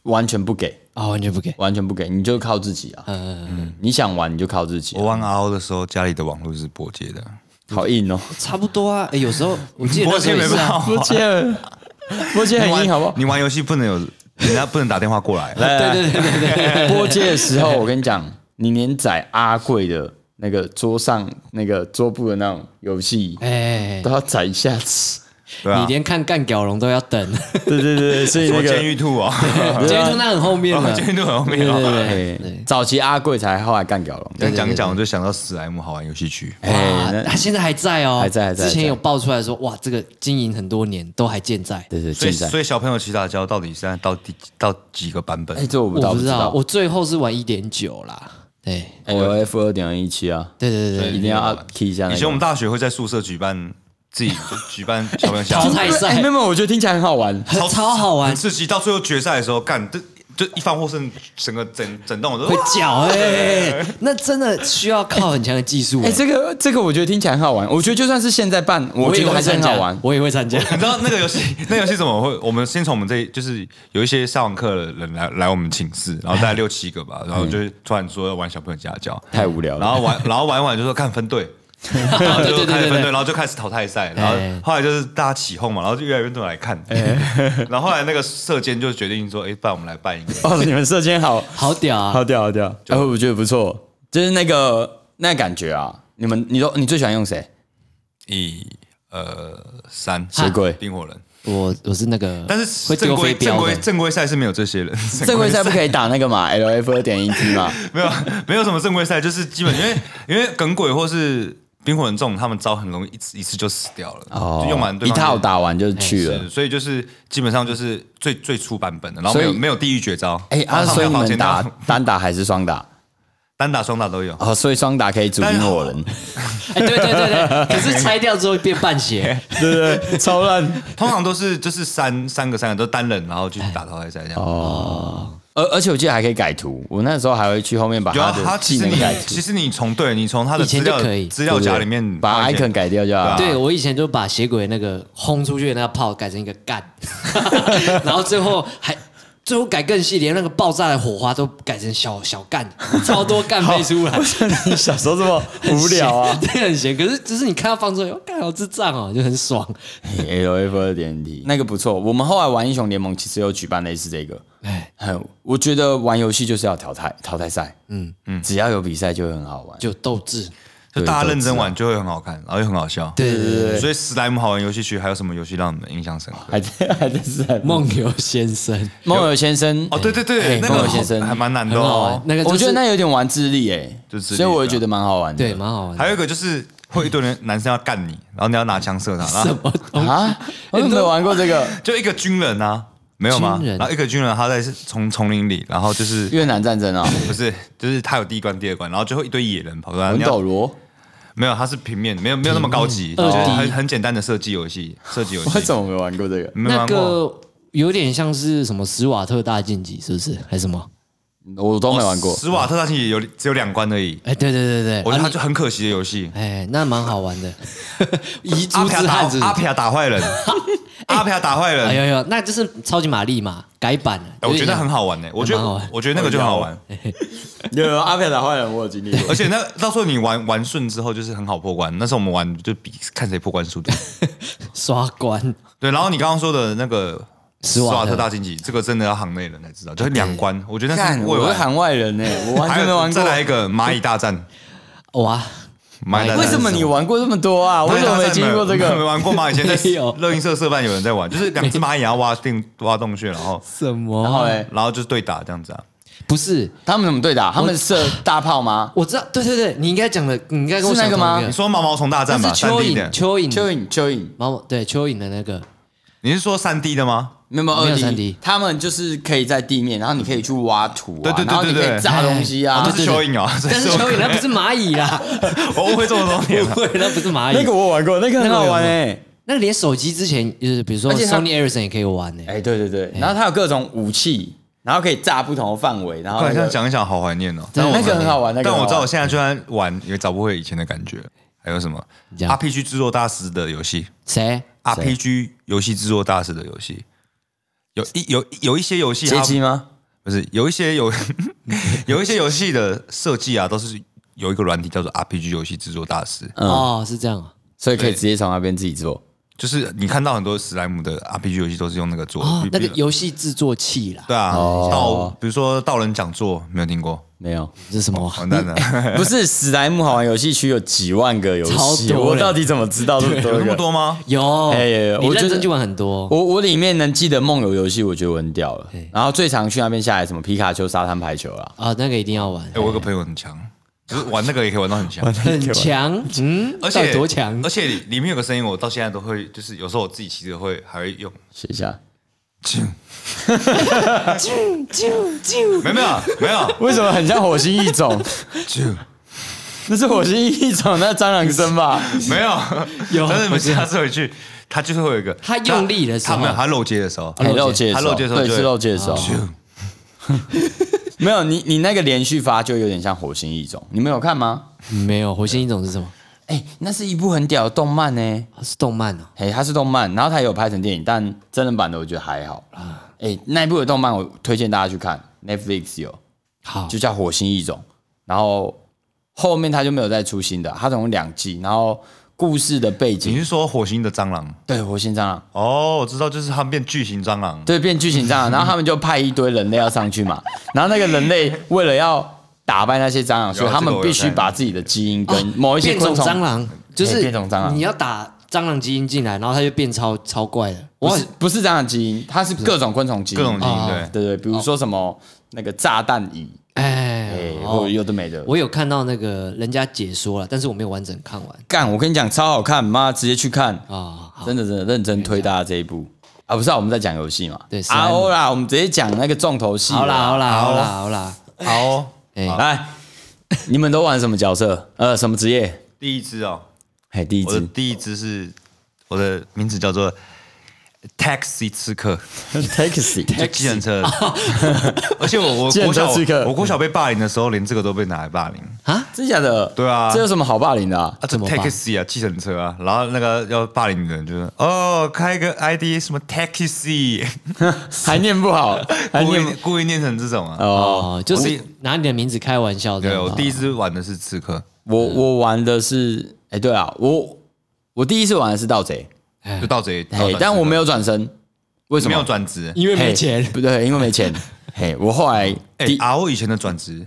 完全不给，啊、完全不给。完全不给，你就靠自己啊。嗯，你想玩你就靠自己啊、我玩 RO 的时候，家里的网络是拨接的，好硬哦。差不多啊，诶 <laughs> 有时候我记得拨那时接候 <laughs> 也没是办啊，法。 <laughs> 波姐，波姐你很玩 <laughs> 硬，好不好？你玩游戏不能有人家不能打电话过来。来，对对对对对，播接的时候，我跟你讲，你连载阿贵的那个桌上那个桌布的那种游戏，哎都，要载一下子。对啊你，连看干屌龙都要等，对对对，所以什那么个监狱兔啊， <laughs> 监狱都那很后面 <laughs> 了，监狱兔很后面对对哦。对哎对对。早期阿贵才后来干掉龙。这样讲一讲，我就想到史莱姆好玩游戏区。哎哇，他现在哎还在哦，还在还在之前还在有爆出来说，哇，这个经营很多年都还健在。对对，所以，现在所以小朋友骑打胶到底现在到第到几个版本哎，？这我不我倒不不知知道，道，我最后是玩一点九啦。对，哎我 F 二点一七啊，对对对对，一定要 key 一下那个。以前我们大学会在宿舍举办自己举办小朋友下淘来汰赛哎没有没有，我觉得听起来很好玩。超超好玩很，刺激，到最后决赛的时候，干这就一方获胜，整个整整栋我都会叫哎，那真的需要靠很强的技术哎，欸。这个这个我觉得听起来很好玩，我觉得就算是现在办，我觉也得会还是参很加好玩，。我也会参加。你知道 <laughs> 那个游戏，那游戏怎么会？我们先从我们这一，就是有一些上网课的人来来我们寝室，然后大概六七个吧，然后就是突然说要玩小朋友家教，太无聊了然后玩，然后玩一玩就说看分队。然后啊就开始分队，然后就开始淘汰赛，然后哎后来就是大家起哄嘛，然后就越来越多人来看，哎 <laughs> 然后后来那个社监就决定说，哎，不然我们来办一个， <laughs> 哦，你们射箭好好屌啊！好屌好屌，哎，我觉得不错，就是那个那感觉啊。你们，你都你最喜欢用谁？一呃三谁贵冰火人，我我是那个，但会是正丢规飞正镖规的。正规赛是没有这 <laughs> 些人，正规赛不可以打那个嘛，L F 二点一 T <laughs> 嘛。没有没有什么正规赛，就是基本因为因为耿鬼或是冰火人这种，他们招很容易一次一次就死掉了，就用完对一方套打啊完就去了是，。所以就是基本上就是最最初版本的，然后没有所以没有地狱绝招，哎、啊，然后所以你没有们防打线到单打还是双打？单打双打都有，哦，所以双打可以组单赢打我人，哎，对对对对，可是拆掉之后变半血。对对，超烂。通常都是就是三三个三个都单人，然后去打淘汰赛这样。哦而而且我记得还可以改图，我那时候还会去后面把有啊，他他的其技实能你改图其，实你从对你从他的以前资就料可以资料夹里对不面对把发现 icon 改掉就好了。对我以前就把血鬼那个轰出去的那个炮改成一个干， <laughs> 然后最后还最后改更细，连那个爆炸的火花都改成小小干，超多干飞出来。你 <laughs> 小时候这么无聊啊 <laughs> 对，很闲。可是只是你看他放出来，我干好智障哦，就很爽。 ？L F 二点 T 那个不错，我们后来玩英雄联盟其实有举办类似这个。哎，很，我觉得玩游戏就是要淘汰淘汰赛，嗯嗯，只要有比赛就会很好玩。就斗志。就大家认真玩就会很好看，然后又很好笑。对对对，哎所以史莱姆好玩游戏区还有什么游戏让你们印象深刻？还在还在是在梦梦游先生梦游先生哦，对对哎对，那梦个游先生还蛮难的很好玩哦，。那个就是我觉得那有点玩智力哎，就智力所以我就觉得蛮好玩的。对蛮好玩的。还有一个就是会一堆人男生要干你，然后你要拿枪射他，然什后么东西？啊，我怎么没有玩过这个就一个军人啊，没有吗？军人然后一个军人他在丛丛林里，然后就是越南战争啊？不是就是他有第一关、第二关，然后最后一堆野人跑出来，魂你要斗 <laughs> 罗，没有，他是平面，没有没有那么高级，平就面是嗯二 D 很很简单的射击游戏，射击游我戏怎。么没玩过这个？没有那玩过，个有点像是什么史瓦特大晋级，是不是？还是什么？嗯我都没玩 <laughs> 过。斯瓦特大星也有只有两关而已，哎，对对对我觉对，得啊它你就很可惜的游戏。哎，那蛮好玩的。 <laughs> 遗阿珠皮亚之汉是打不阿是？皮亚打坏人，阿皮亚打坏哎人，呦呦，那就是超级玛丽嘛，改版了。哎我觉得很好。好玩呢。我觉蛮好玩得我觉得那个就很好玩，有有阿佩打坏人，我有经历过。而且那到时候你玩玩顺之后就是很好破关。那时候我们玩就比看谁破关速度。刷关，对，然后你刚刚说的那个斯斯瓦特瓦特大晋级，这个真的要行内人才知道，就是两关，我觉得那看，是我未会玩。喊外人呢，欸 <laughs> 我完还全没有玩过再。来一个蚂蚁大战，哇，蚂蚁大战哎为什么你玩过这么多啊？蚂为蚁什大么战没经历过这没 <laughs> <laughs> 个？玩过吗？以前在没有乐音社社办有人在玩，就是两只蚂蚁要挖定挖洞穴，然后什么？然后嘞，然后就是对打这样子啊。不是，他们怎么对打？他们射大炮吗？我知道，对对对，你应该讲的，你应该跟我是讲那个同一吗你说毛毛虫大战吧，那是三蚯 D 蚓，的，蚯蚓，蚯蚓，蚯蚓，毛对蚯蚓的那个，你是说三 D 的吗？没有没有二 3D 他们就是可以在地面，然后你可以去挖土对啊，对对然后你可对以对炸东西哦啊那。是蚯蚓哦，但是蚯蚓那不是蚂蚁 <laughs> 啦， <laughs> 我误会这么多 <laughs> 年了。对，那不是蚂蚁，那个我玩过，那个很好玩哎。那连手机之前就是比如说而且它 Sony Ericsson 也可以玩呢、哎，对对对，然后它有各种武器，然后可以炸不同的范围，然后突然这那样个讲一讲，好怀念哦。真的那个很好玩，那个但哦很好我玩知道我现在就算玩，也找不回以前的感觉。还有什么讲 RPG 制作大师的游戏谁？ ？RPG 游戏制作大师的游戏，有一有有一些游戏它街机吗？不是有一些有 <laughs> 有一些游戏的设计啊，都是有一个软体叫做 RPG 游戏制作大师。嗯哦，是这样啊，所以可以直接从那边自己做。就是你看到很多史莱姆的 RPG 游戏都是用那个做的，哦比，那个比游戏制作器啦，对啊，道哦比如说道人讲座没有听 <laughs> 过，没有，这是什么啊？哦完蛋了，不是史莱姆好玩游戏区有几万个游超戏，多我嘞到底怎么知道这么多有那么个？多吗？有，哎哎哎你我觉认得真去玩很多，我我里面能记得梦游游戏，我觉得我很屌了。然后最常去那边下来什么皮卡丘沙滩排球啦，啊，那个一定要 <laughs> 玩哎、，我有个朋友很强，就是玩那个也可以玩到很强，很强，嗯，而到底且多强而？且里里面有个声音，我到现在都会，就是有时候我自己骑着会还会用，写一下。 <laughs> 没有没有没有，为什么很像火星异种？ <laughs> 那是火星异种，那蟑螂声 <laughs> 吧？没有，<laughs> 有但是你我们知道下次回去，他就是会有一个，他用力的时候他没有，他漏接的时候，哎漏接的时他候，漏接的时候对，就会是漏接的时候。 <laughs> 没有你，你那个连续发就有点像火星异种，你们有看吗？嗯没有，火星一种是什么？哎、那是一部很屌的动漫呢、啊是动漫哦，哎、它是动漫，然后它也有拍成电影，但真人版的我觉得还好。哎、那一部的动漫我推荐大家去看，Netflix 有，好就，叫《火星异种》，然后后面它就没有再出新的，它总共两季，然后故事的背你景是说火星的蟑螂？对火星蟑螂，哦，我知道，就是他们变巨型蟑螂，对变巨型蟑螂，然后他们就派一堆人类要上去嘛，然后那个人类为了要打败那些蟑螂，所以他们必须把自己的基因跟某一些啊哦变种昆虫蟑螂，就是哎变种蟑螂你要打蟑螂基因进来，然后它就变超超怪了。不我是不是蟑螂基因，它是各种昆虫基因，各种基因哦对对对，比如说什么那个炸弹蚁，哎哎，，哦或者有的没的。我有看到那个人家解说了，但是我没有完整看完干，我跟你讲超好看，妈直接去看，啊。好真的真的认真推大家这一部啊！不是、啊，我们在讲游戏嘛？对史莱啊姆欧啦，我们直接讲那个重头戏。好啦，好啦，好啦，好啦，好哦，哎，来，你们都玩什么角色？呃，什么职业？第一只哦，嘿，第一我的只第一只是我的名字叫做 Taxi 刺客。 taxi，就计程车， <laughs> 而且我我计程国车小刺客我国小被霸凌的时候，连这个都被拿来霸凌 <laughs> 真假的？对啊这有什么好霸凌的、啊？啊，这么霸 taxi 啊，计程车啊，然后那个要霸凌的人就是哦，开个 ID 什么 taxi，还念不好，还故念意不故意念成这种啊。哦。哦，就我是第拿你的名字开玩笑这对，样我吧。第一次玩的是刺客，我我玩的是，哎、对啊，我我第一次玩的是盗贼，就盗贼，盗嘿贼，但我没有有转身，为什么？没有转职。因为嘿没钱，不对，因为 <laughs> 没钱。嘿，我后来哎第、啊，我以前的转职，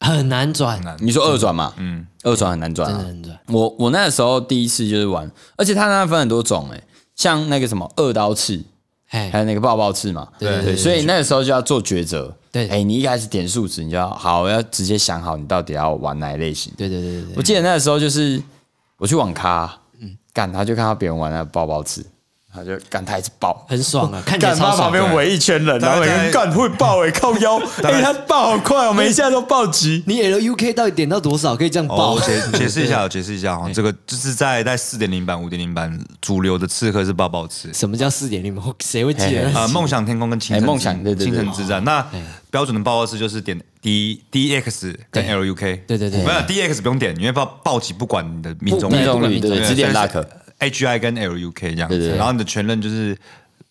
很难转，你说二转嘛，嗯，二转很难转、真啊，的很转。我我那时候第一次就是玩，而且它那分很多种哎、像那个什么二刀刺，还哎，有那个爆爆刺嘛，对对对所以那个时候就要做抉择。对哎、你一开始点数值，你就要好要直接想好你到底要玩哪一类型。对对对对对，我记得那个时候就是我去网咖，嗯，干他就看到别人玩那个爆爆刺，他就干他一直爆。很爽啊，看起来干超妈旁爽。边围一圈人，大然后概每个在人干会爆欸哎、靠腰，哎、他爆好快哦，每一下都爆急。你 LUK 到底点到多少可以这样哦，爆我？ <laughs> 解解释一下，我解释一下哈，哦这个就是在在四点零版、五点零版主流的刺客是爆爆 <laughs> 刺，什么叫四点零？谁会记得啊，那是？梦想天空跟清哎晨之梦想对对对清晨之战。那标准的报告是就是点 D D X 跟 L U K，对对对没有 D E X 不用点，因为报报级不管你的命中命中率不管对命只点 luck H I 跟 L U K 这样对子，对然后你的全任就是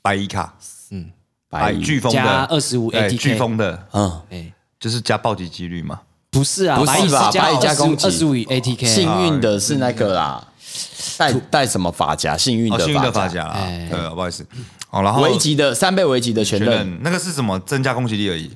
白衣卡，白蚁飓风加的25对 ATK 飓风的，嗯，哎，就是加暴击几率嘛。不是啊，不是白蚁吧加白蚁加攻击二十五 ATK，啊幸运的是那个啦，带带什么发夹？幸运嗯哦，的幸运的发发夹，夹啦哎，对，不好意思。哦，然后维吉的三倍维吉的全全刃，任那个是什么？增加攻击力而已。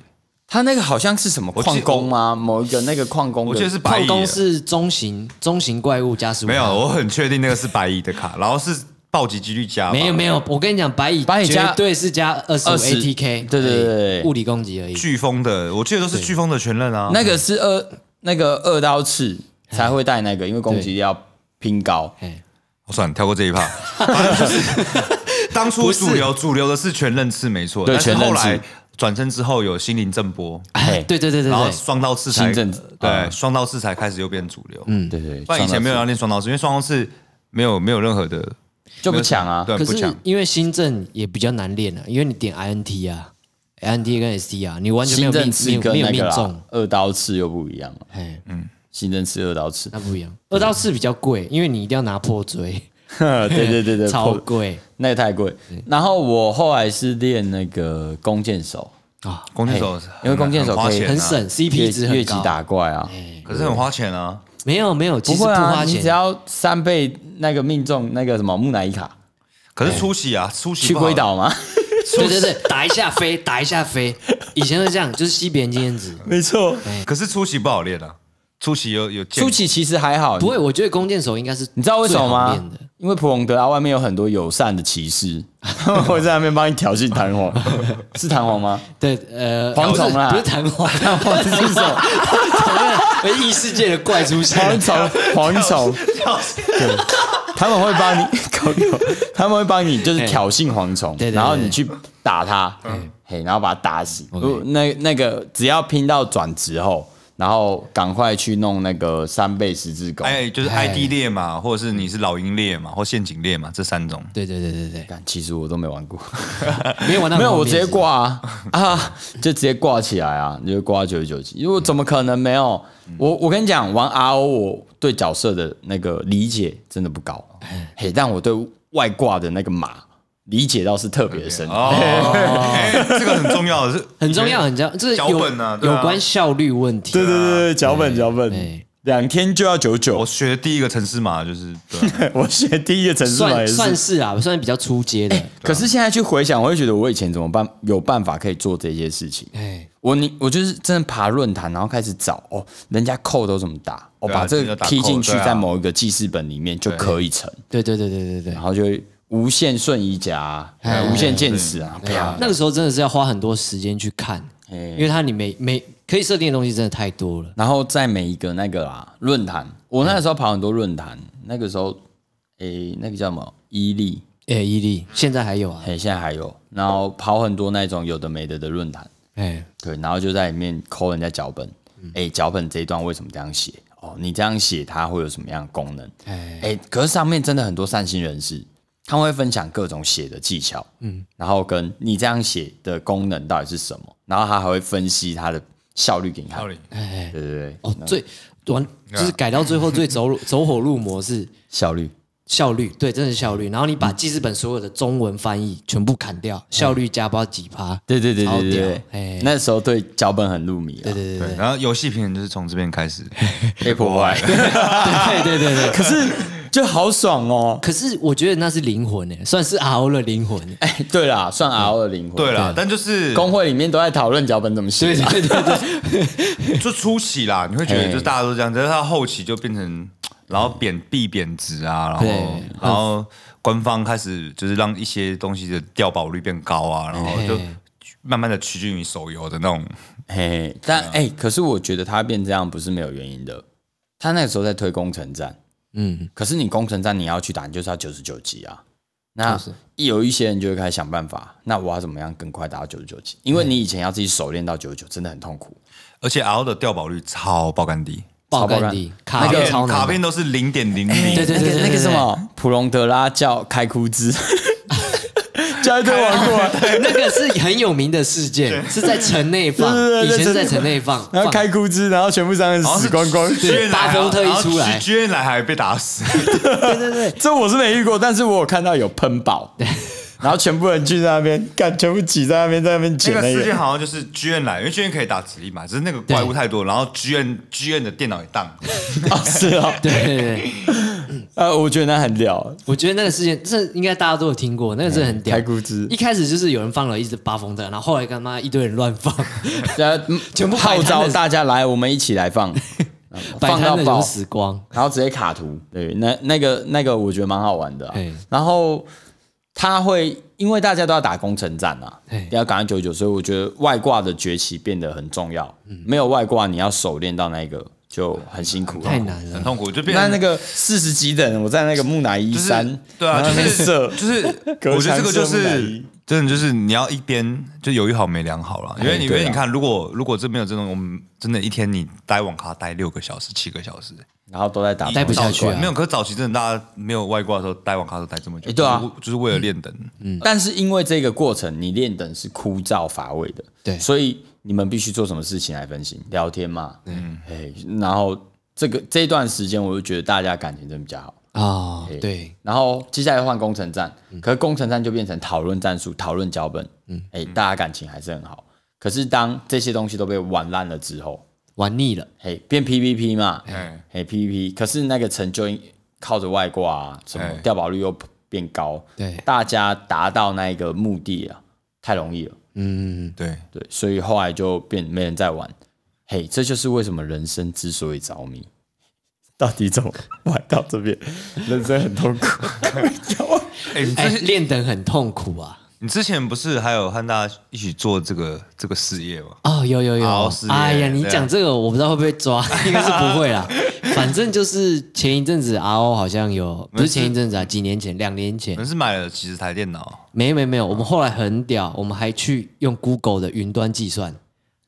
他那个好像是什么我记矿工吗？某一个那个矿工的，我记得是白矿蚁工的，是中型中型怪物加十五，没有，我很确定那个是白蚁的卡， <laughs> 然后是暴击几率加吧，没有没有，我跟你讲，白蚁白蚁加绝对是加二十五20 ATK，对对对对对哎物理攻击而已。飓风的，我记得都是飓风的全刃啊。那个是二那个二刀刺嗯才会带那个，因为攻击力要拼高。哎，我哦算了，跳过这一趴。反正就是当初主流主流的是全刃刺没错，对但是全刃后刺来转身之后有心灵震波，嘿， <laughs> 对啊对对对然后对，双刀刺才新政对双刀刺才开始又变主流。嗯，对对，不然以前没有人上要练双刀刺，因为双刀刺没有没有任何的到就不抢啊。对可不是强。因为新政也比较难练啊，因为你点 INT 啊，INT 跟 ST 啊，你完全没新有政命刺没跟有那没有个命啦嗯中，二刀刺又不一样了。哎，新政刺二 <laughs> 刀刺，那不一样。二到四比较贵，因为你一定要拿破锥，对对 <laughs> 对对，超破贵那个太贵。然后我后来是练那个弓箭手，啊，弓箭手嘿，因为弓箭手很花可以钱啊很省越，CP 值越级很高。哎打怪啊。可是很花钱啊。没有没有，其不实不会啊，花你钱只，要三倍那个命中那个什么木乃伊卡，可是出席啊，出席去不好龟岛 <laughs> 吗？对对对，打一下飞，打一下飞。以前是这样，就是吸别人经 <laughs> 验值。没错，可是出席不好练啊，出席有有见初期其实还好，不会，我觉得弓箭手应该是你知道为什么最好练吗的？因为普隆德啊，外面有很多友善的骑士，会在那边帮你挑衅弹簧，是弹簧吗？对，呃，蝗虫啦不是弹 <laughs> 簧，弹簧是什么？异世界的 <laughs> 怪出现，蝗虫， <laughs> 蝗虫，对，他们会帮你 <laughs> 搞搞，他们会帮你就是挑衅蝗虫对对，对嗯然后你去打它，嘿，然后把它打死。如那那个只要拼到转职后，然后赶快去弄那个三倍十字弓，哎，就是 ID 列嘛，或者是你是老鹰列嘛，或陷阱列嘛，这三种。对对对对对，干其实我都没玩过。没有玩到没有，我后直接面是吧。挂啊 <laughs> 啊，就直接挂起来啊，你就挂九十九级。因为我怎么可能没有？我我跟你讲，玩 RO 我对角色的那个理解真的不高，嘿，但我对外挂的那个马理解到是特别深。哦，哎这个很重要，是很重要，很重要，这是脚有本啊对啊有关效率问题。啊对对对对，脚本脚本哎，两天就要九我 <laughs> 九，学的第一个城市码就是对啊我写第一个城市码也算是算是啊，算是比较出街的。可是现在去回想，我会觉得我以前怎么办？有办法可以做这些事情？哎，我你我就是真的爬论坛，然后开始找哦，人家扣都怎么打，我、对啊把这这个个打踢进去，扣对啊在某一个记事本里面就可以成。对对对对对对然。后就会无限瞬移夹啊、哎无限见识啊，对啊，那个时候真的是要花很多时间去看，因为它你每每可以设定的东西真的太多了。然后在每一个那个啦论坛，我那个时候跑很多论坛，那个时候诶、那个叫什么伊利，哎，伊利现在还有啊，诶、现在还有，然后跑很多那种有的没的的论坛，哎，对，然后就在里面抠人家脚本，诶、脚本这一段为什么这样写？哦，你这样写它会有什么样的功能？哎哎、可是上面真的很多善心人士，他们会分享各种写的技巧，嗯，然后跟你这样写的功能到底是什么，然后他还会分析它的效率给你看 <laughs> 道，理。哎，对对对，哦，最完啊就是改到最后最走入走火入魔是效率，效率，对，真的是效率。然后你把记事本所有的中文翻译全部砍掉，效率加不知道几趴。对对对超对屌对哎对，那时候对脚本很入迷啊，对对对，然后游戏评论就是从这边开始，被破坏，对对对 <laughs> 对。可是 <laughs> 就好爽哦，可是我觉得那是灵魂诶，算是 RO 的灵魂欸。哎，对啦，算 RO 的灵魂，对啦，但就是工会里面都在讨论脚本怎么写对啊，对对对，就初期啦，你会觉得嘿就是大家都这样，但是到后期就变成，然后贬币贬值啊，然后对然后官方开始就是让一些东西的掉保率变高啊，然后就嘿慢慢的趋近于手游的那种。嘿，啊但哎、可是我觉得他变这样不是没有原因的。他那个时候在推工程战，嗯，可是你工程战你要去打，你就是要九十九级啊。那就是一有一些人就会开始想办法，那我要怎么样更快达到九十九级？因为你以前要自己手练到九十九，真的很痛苦。而且 L 的掉保率超爆干低，爆爆肝肝地卡卡片片超卡难片的。都是零点零零，对对对对那个那个对什么普隆德拉叫开枯枝，叫一堆啊玩过来， <laughs> 那个是很有名的事件，是在城内放，对对以对前是在在城内放，然后放开枯枝，然后全部商人好像死是光哦光。居然来八风特一出来然后居居然来还被打 <laughs> 死，这我是没遇过，但是我有看到有喷宝，然后全部人去那边干，全部挤在那边，在那边这捡个那事件个。好像就是居然来，因为居然可以打直立嘛，只是那个怪物太多，然后居然居然的电脑也当， <laughs> 哦是哦，对对对，呃，我觉得那很屌，我觉得那个事件，这应该大家都有听过，那个真的很屌。开枯枝一开始就是有人放了一只八风的，然后后来干嘛一堆人乱放，然后全部摆呃号摊的召大家来，我们一起来 <laughs> 放，摆放到摊的爆人死光。然后直接卡图。对，那那个那个我觉得蛮好玩的啊、嘿然后他会因为大家都要打工程战啊嘿，要赶九九，所以我觉得外挂的崛起变得很重要。没有外挂，你要手练到那个就很辛苦太了。难很了，痛苦，就变那成那个四十级等，我在那个木乃伊就是山，对啊，然后就那边是射就是，隔我觉得这个就墙射木乃是伊真的就是你要一边就有一好没两好了，因为你因对啊为你看，如果如果这边有这种，我们真的一天你待网咖待六个小时七个小时，然后都在打待不下早去啊没有，可是早期真的大家没有外挂的时候，待网咖都待这么久，哎对啊就是就是为了练等，嗯，但是因为这个过程，你练等是枯燥乏味的，对所以你们必须做什么事情来分心，聊天嘛，嗯，哎，然后这个这段时间，我就觉得大家感情真的比较好。啊！对，然后接下来换工程战，可是工程战就变成讨论战术、讨论脚本，嗯，哎，大家感情还是很好。可是当这些东西都被玩烂了之后，玩腻了，嘿，变 PVP 嘛，哎嘿 PVP，可是那个成就靠着外挂、啊，什么哎掉保率又变高，对大家达到那一个目的啊，太容易了，嗯，对，对，所以后来就变没人在玩。嘿，这就是为什么人生之所以着迷，到底怎么玩到这边？人生很痛苦。哎，你哎，之前练等很痛苦啊。你之前不是还有和大家一起做这个这个事业吗？哦，有有有好是，哎呀，耶你对啊讲这个我不知道会不会 <laughs> 抓，应该是不会啦。反正就是前一阵子 RO 好像有，不是前一阵子啊，几年前，两年前我，们是买了几十台电脑，没没没有，我们后来很屌，我们还去用 Google 的云端计算，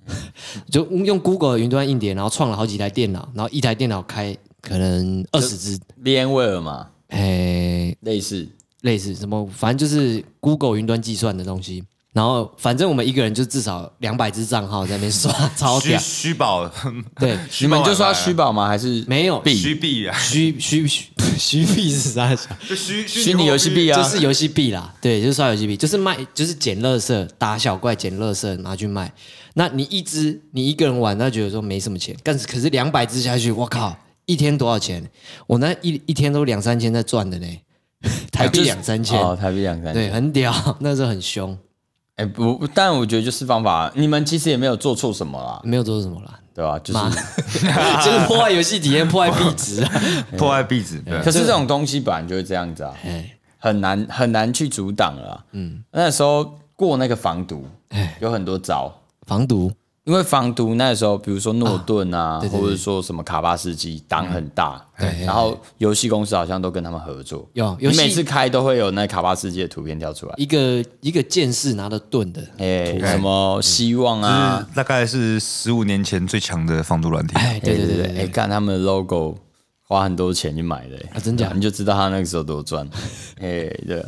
<laughs> 就用 Google 的云端硬碟，然后创了好几台电脑，然后一台电脑开可能二十只， liên 威尔嘛，诶、类似类似什么，反正就是 Google 云端计算的东西。然后反正我们一个人就至少两百只账号在那边刷，超虚屌。虚宝，对，虚你宝们就说买要来啊虚宝吗？还是没有虚币啊，虚虚虚虚币是啥？就虚虚拟游戏币啊？就是游戏币啦，对，就是刷游戏币，就是卖，就是捡垃圾，打小怪捡垃圾拿去卖。那你一只，你一个人玩，那觉得说没什么钱，但是可是两百只下去，我靠，一天多少钱？我那一一天都两三千在赚的呢，台币两三千，啊哦，台币两三千，对，很屌，那时候很凶，哎、不，不但我觉得就是方法，你们其实也没有做错什么啦，没有做什么啦， <laughs> 对吧、就是妈，，就是破坏游戏体验，破坏币值 <laughs> 啊，破坏币值，对可是这种东西本来就是这样子啊，哎很难很难去阻挡了、嗯，那时候过那个防毒哎，有很多招，防毒，因为防毒那时候，比如说诺顿啊，对对对嗯或者说什么卡巴斯基，档很大，哎对对然后游戏公司好像都跟他们合作，哎有你游戏每次开都会有那卡巴斯基的图片跳出来，一个一个剑士拿着盾的，哎、什嗯么希望啊，就是大概是十五年前最强的防毒软体，哎，对哎对对对哎，看他们的 logo，花很多钱去买的、哎啊真假你就知道他那个时候多赚， <laughs> 哎、对。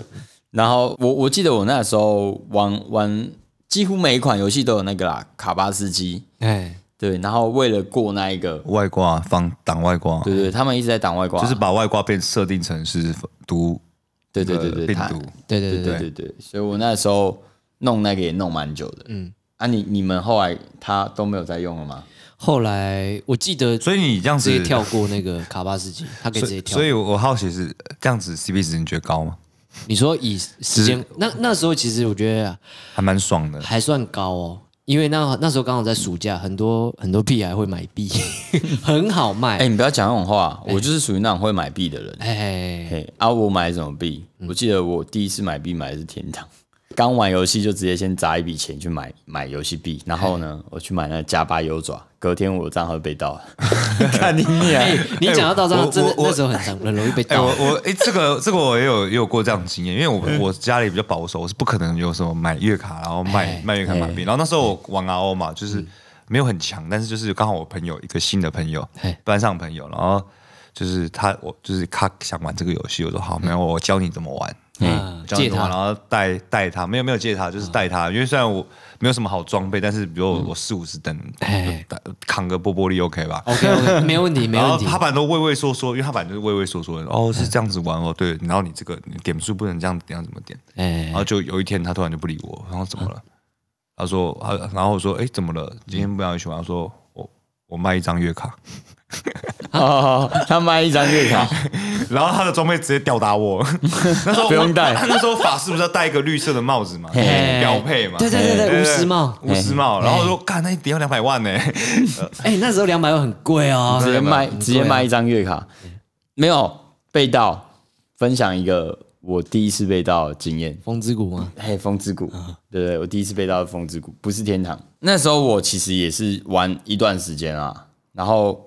然后我我记得我那时候玩玩几乎每一款游戏都有那个啦，卡巴斯基，对，哎。对。然后为了过那一个，外挂防挡外挂，对对，他们一直在挡外挂，就是把外挂变设定成是毒，呃对对对对，病他毒，对对对对对对，所以我那时候弄那个也弄蛮久的，嗯。啊你，你们后来他都没有在用了吗？后来我记得，所以你这样子直接跳过那个卡巴斯基，他可以直所接以跳。所以我好奇是这样子 CP 值你觉得高吗？你说以时间，那那时候其实我觉得还蛮爽的，还算高哦，因为那那时候刚好在暑假，很多很多屁孩会买币， <laughs> 很好卖。哎、你不要讲那种话，我就是属于那种会买币的人。哎，嘿，啊，我买什么币？我记得我第一次买币买的是天堂，刚玩游戏就直接先砸一笔钱去买买游戏币，然后呢，我去买那个加巴优爪，隔天我账号就被盗了。 <laughs> 看你娘！哎，你讲到到这我样，真的我我那时候很常很容易被哎、盗我。我哎、这个这个我也有也有过这样的经验，因为嗯我我家里比较保守，我是不可能有什么买月卡，然后卖哎嗯卖月卡买币。然后那时候我玩 RO 嘛，就是没有很强，但是就是刚好我朋友一个新的朋友哎，班上朋友，然后就是他我就是他想玩这个游戏，我说好，没有我教你怎么玩。嗯，教你借哎怎么玩他嗯然后带带他，没有没有借他，就是带他。因为虽然我没有什么好装备，但是比如我我四五十等，哎就打扛个波波利 OK 吧？ ，OK OK，没问题没然后问题。嗯他板都畏畏缩缩，因为他板就是畏畏缩缩的。哦，是这样子玩哦，对。然后你这个你点数不能这样点，要怎么点？哎然，后就有一天他突然就不理我，然后怎么了？嗯他说，他然后我说，哎，怎么了？今天不想去玩。他说，我我卖一张月卡， <laughs> 哦，他卖一张月 <laughs> 卡，然后他的装备直接吊打我。 <laughs> 那时候不用带 <laughs> 那时候法师不是要戴一个绿色的帽子嘛，嘿标配嘛。对对对对巫师帽巫师帽。然后我说，干，那一顶要两百万呢。哎，那时候两百万很贵哦直。接卖很贵啊嗯直接卖一张月卡，没有被盗。分享一个我第一次被盗的经验，风之谷吗？嘿，风之谷，嗯对对，我第一次被盗的风之谷，不是天堂。那时候我其实也是玩一段时间啊，然后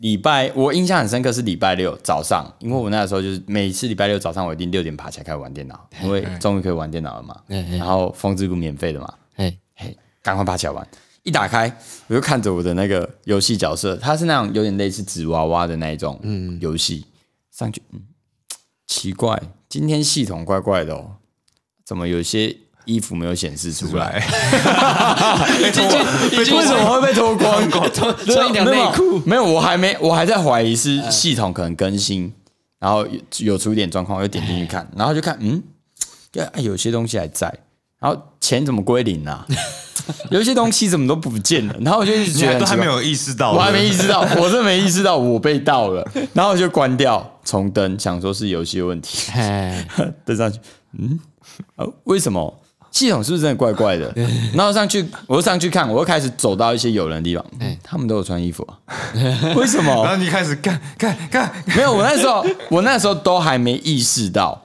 礼拜我印象很深刻是礼拜六早上，因为我那时候就是每次礼拜六早上我一定六点爬起来开始玩电脑，因为终于可以玩电脑了嘛。嘿嘿然后风之谷免费的嘛， <laughs> 哎，嘿，赶快爬起来玩。一打开，我就看着我的那个游戏角色，它是那种有点类似纸娃娃的那一种游戏，上去，嗯，奇怪，今天系统怪怪的哦，怎么有些衣服没有显示出来？进去 <laughs> 为进去什么会被脱 <laughs> 光？穿穿一条内裤？裤？没有，我还没，我还在怀疑是系统可能更新，嗯啊哎然后有有出一点状况，我就点进去看，然后就看，嗯，对，哎有些东西还在，然后钱怎么归零 <laughs> 啊？有一些东西怎么都不见了，然后我就一直你觉得还很 <laughs> 都奇还怪没有意识到，我还没意识到，我真的没意识到我被盗了，然后我就关掉重登，想说是游戏的问题，哎，登上去，嗯，呃，为什么系统是不是真的怪怪的？然后上去，我又上去看，我又开始走到一些有人的地方，嗯他们都有穿衣服啊，为什么？ <laughs> 然后你开始干干干，没有，我那时候我那时候都还没意识到，